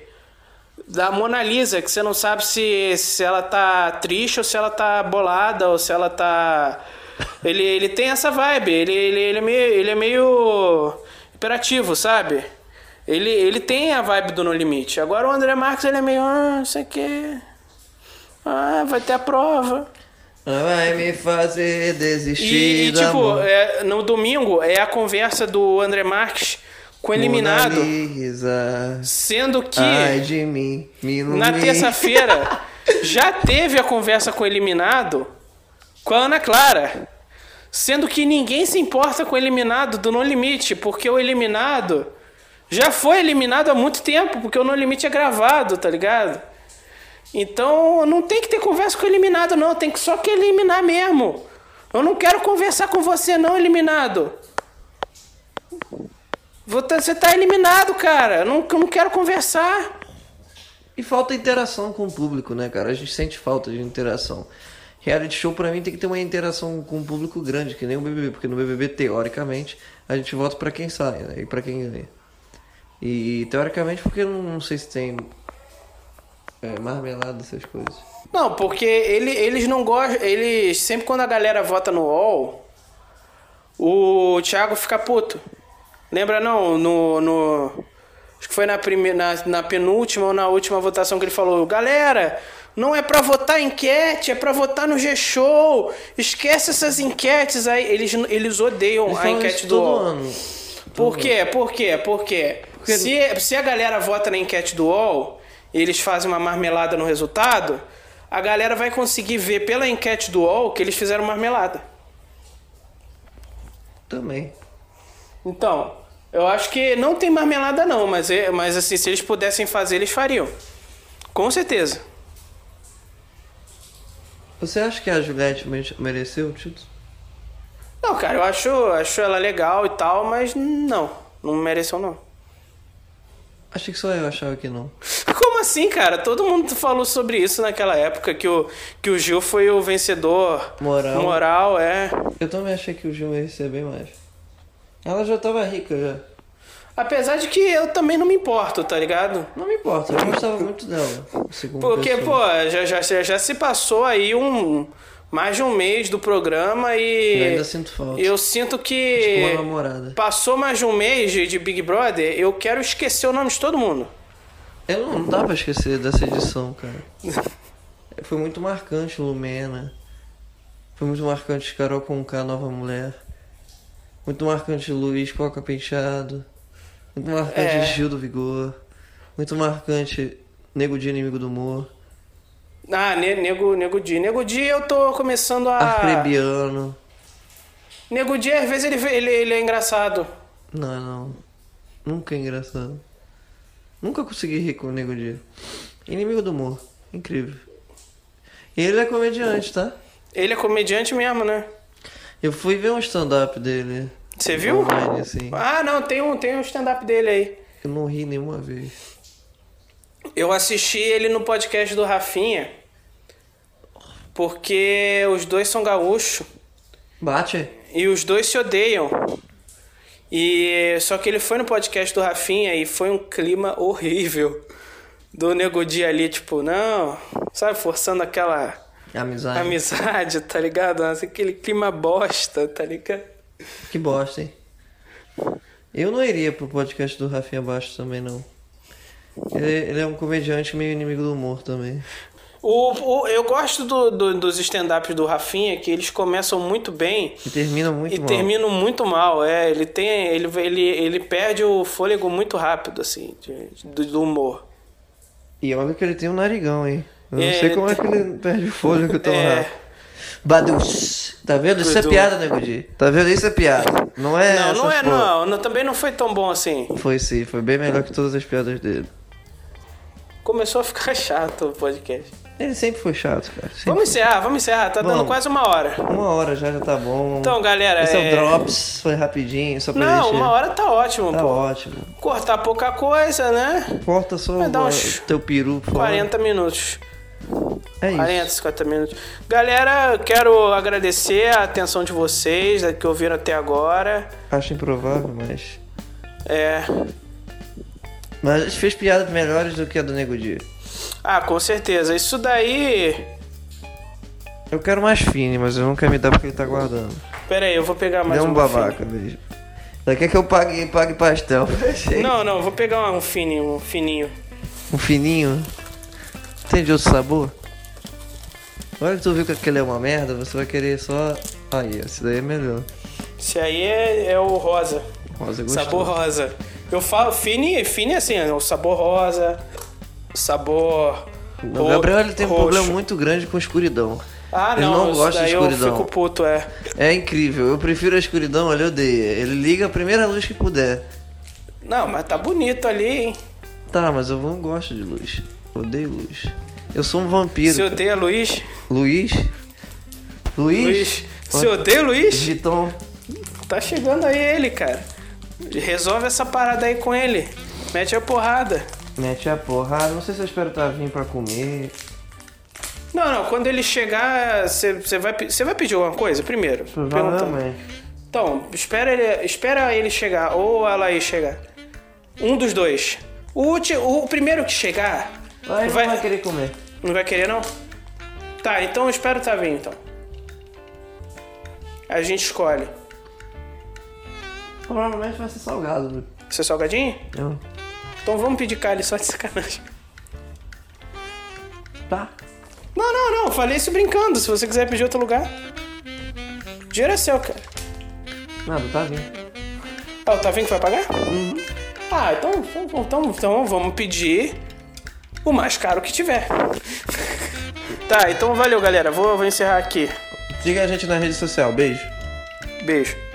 A: da Mona Lisa, que você não sabe se, se ela tá triste ou se ela tá bolada ou se ela tá. Ele, ele tem essa vibe, ele, ele, ele, é, meio, ele é meio imperativo, sabe? Ele, ele tem a vibe do No Limite. Agora o André Marques, ele é meio. Ah, não sei o quê. Ah, vai ter a prova.
B: Vai me fazer
A: E,
B: desistir
A: e,
B: da
A: tipo,
B: mão.
A: é, no domingo é a conversa do André Marques com o eliminado,
B: Mona Lisa,
A: sendo que
B: Ai de mim, me
A: na
B: ilumine.
A: terça-feira já teve a conversa com o eliminado com a Ana Clara. Sendo que ninguém se importa com o eliminado do No Limite, porque o eliminado já foi eliminado há muito tempo, porque o No Limite é gravado, tá ligado? Então não tem que ter conversa com o eliminado, não. Tem que só que eliminar mesmo. Eu não quero conversar com você, não, eliminado. Vou tá- Você tá eliminado, cara. Eu não, eu não quero conversar.
B: E falta interação com o público, né, cara? A gente sente falta de interação. Reality show, pra mim, tem que ter uma interação com o público grande, que nem o BBB, porque no BBB, teoricamente, a gente vota pra quem sai né? e pra quem ganha. E, teoricamente, porque eu não, não sei se tem é, marmelada, essas coisas.
A: Não, porque ele- eles não gostam. Eles. Sempre quando a galera vota no UOL, o Thiago fica puto. Lembra não? No. no- acho que foi na, primeira, na, na penúltima ou na última votação que ele falou: galera, não é pra votar enquete, é pra votar no G-Show. Esquece essas enquetes aí. Eles, eles odeiam
B: Eles
A: a
B: falam
A: enquete
B: isso
A: do
B: todo
A: UOL.
B: ano.
A: Por quê? Por quê? Por quê? Se, se a galera vota na enquete do UOL e eles fazem uma marmelada no resultado, a galera vai conseguir ver pela enquete do UOL que eles fizeram marmelada.
B: Também.
A: Então, eu acho que não tem marmelada não, mas, é- mas assim, se eles pudessem fazer, eles fariam. Com certeza.
B: Você acha que a Juliette mere- mereceu o título?
A: Não, cara, eu acho, acho ela legal e tal, mas não. Não mereceu não.
B: Achei que só eu achava que não.
A: Como assim, cara? Todo mundo falou sobre isso naquela época que o, que o Gil foi o vencedor
B: Moral.
A: moral, é.
B: Eu também achei que o Gil ia receber mais. Ela já tava rica já.
A: Apesar de que eu também não me importo, tá ligado?
B: Não me importa, eu gostava muito dela. segundo
A: Porque,
B: pessoa.
A: pô, já, já, já, já se passou aí um. Mais de um mês do programa e.
B: Eu ainda sinto falta.
A: Eu sinto
B: Acho que
A: que.
B: uma namorada.
A: Passou mais de um mês de, de Big Brother, eu quero esquecer o nome de todo mundo.
B: Eu não, não dá pra esquecer dessa edição, cara. Foi muito marcante Lumena. Foi muito marcante Carol Conká, Nova Mulher. Muito marcante Luiz Coca Penteado. Muito marcante
A: É.
B: Gil do Vigor. Muito marcante Nego de Inimigo do Humor.
A: Ah, ne- Nego, Nego Di. Nego Di eu tô começando a.
B: Arcrebiano.
A: Nego Di, às vezes ele, vê- ele, ele é engraçado.
B: Não, não. Nunca é engraçado. Nunca consegui rir com o Nego Di. Inimigo do humor. Incrível. E ele é comediante, tá?
A: Ele é comediante mesmo, né?
B: Eu fui ver um stand-up dele.
A: Você viu?
B: Online, assim.
A: Ah, não, tem um, tem um stand-up dele aí.
B: Eu não ri nenhuma vez.
A: Eu assisti ele no podcast do Rafinha, porque os dois são gaúchos
B: Bate?
A: e os dois se odeiam. E só que ele foi no podcast do Rafinha e foi um clima horrível do Nego Di ali, tipo, não, sabe, forçando aquela
B: Amizade.
A: amizade, tá ligado? Aquele clima bosta, tá ligado?
B: Que bosta, hein? Eu não iria pro podcast do Rafinha Baixo também, não. Ele, ele é um comediante meio inimigo do humor também.
A: O, o- eu gosto do- do- dos stand-ups do Rafinha, que eles começam muito bem
B: E termina muito
A: e
B: mal.
A: termina muito mal, é. Ele tem. Ele, ele, ele perde o fôlego muito rápido, assim, de- de- do humor.
B: E olha que ele tem um narigão, hein? Eu não
A: É,
B: sei como
A: ele
B: é que ele perde o fôlego tão
A: É.
B: rápido. Badeus. Tá vendo? Isso é
A: Dudu.
B: piada, nego Di. Tá vendo? Isso é piada. Não é
A: não, não
B: essas
A: é,
B: porra.
A: não, não. Também não foi tão bom assim.
B: Foi sim, foi bem melhor que todas as piadas dele.
A: Começou a ficar chato o podcast.
B: Ele sempre foi chato, cara. Sempre.
A: Vamos encerrar, vamos encerrar. Tá dando
B: Vamos.
A: quase uma hora.
B: Uma hora já já tá bom.
A: Então, galera,
B: Esse é,
A: é-
B: o Drops, foi rapidinho, só pra
A: Não,
B: gente...
A: uma hora tá ótimo,
B: Tá
A: pô.
B: ótimo.
A: Cortar pouca coisa, né?
B: Corta só
A: Vai dar
B: o
A: uns
B: teu peru por favor.
A: 40 minutos.
B: É isso.
A: 40, 50 minutos. Galera, quero agradecer a atenção de vocês, da- que ouviram até agora.
B: Acho improvável, mas...
A: É.
B: Mas a gente fez piadas melhores do que a do Nego Dia.
A: Ah, com certeza. Isso daí.
B: Eu quero mais fine, mas eu não quero me dar porque ele tá guardando.
A: Pera aí, eu vou pegar mais
B: Deu
A: um.
B: um babaca mesmo. Só quer que eu pague, pague pastel pra gente.
A: Não, não, vou pegar um fininho, um fininho.
B: Um fininho. Tem de outro sabor? Agora que tu viu que aquele é uma merda, você vai querer só. Aí, esse daí é melhor.
A: Esse aí é, é o rosa.
B: Rosa gostou.
A: Sabor rosa. Eu falo fini, fini é assim, ó, o sabor rosa, sabor.
B: O Gabriel ele tem um
A: roxo.
B: problema muito grande com escuridão.
A: Ah,
B: ele
A: não,
B: não
A: isso
B: gosta de
A: daí eu
B: escuridão.
A: fico puto, é.
B: É incrível, eu prefiro a escuridão, ele odeia. Ele liga a primeira luz que puder.
A: Não, mas tá bonito ali, hein?
B: Tá, mas eu não gosto de luz. Eu Odeio luz. Eu sou um vampiro.
A: Se odeia Luiz?
B: Luiz?
A: Luiz.
B: Luiz?
A: Se odeia Luiz?
B: Vitão.
A: Tá chegando aí ele, cara. Resolve essa parada aí com ele. Mete a porrada.
B: Mete a porrada. Não sei se eu espero tá vindo pra comer.
A: Não, não, quando ele chegar, você vai, pe- cê vai pedir alguma coisa primeiro? Perguntando.
B: Provavelmente.
A: Então, espera ele, espera ele chegar ou a Laís chegar. Um dos dois. O, último, o primeiro que chegar.
B: Aí vai... não vai querer comer.
A: Não vai querer, não? Tá, então eu espero tá vindo, então. A gente escolhe.
B: Provavelmente um vai ser salgado. viu?
A: Você é salgadinho?
B: Eu-
A: Então vamos pedir carne só de sacanagem.
B: Tá.
A: Não, não, não, falei isso brincando. Se você quiser pedir outro lugar. O dinheiro é seu, cara.
B: Nada, tá vindo.
A: Ah, o Tavinho que vai pagar? Uhum. Ah, então, então, então, então vamos pedir o mais caro que tiver. tá, então valeu, galera. Vou, vou encerrar aqui.
B: Siga a gente na rede social. Beijo.
A: Beijo.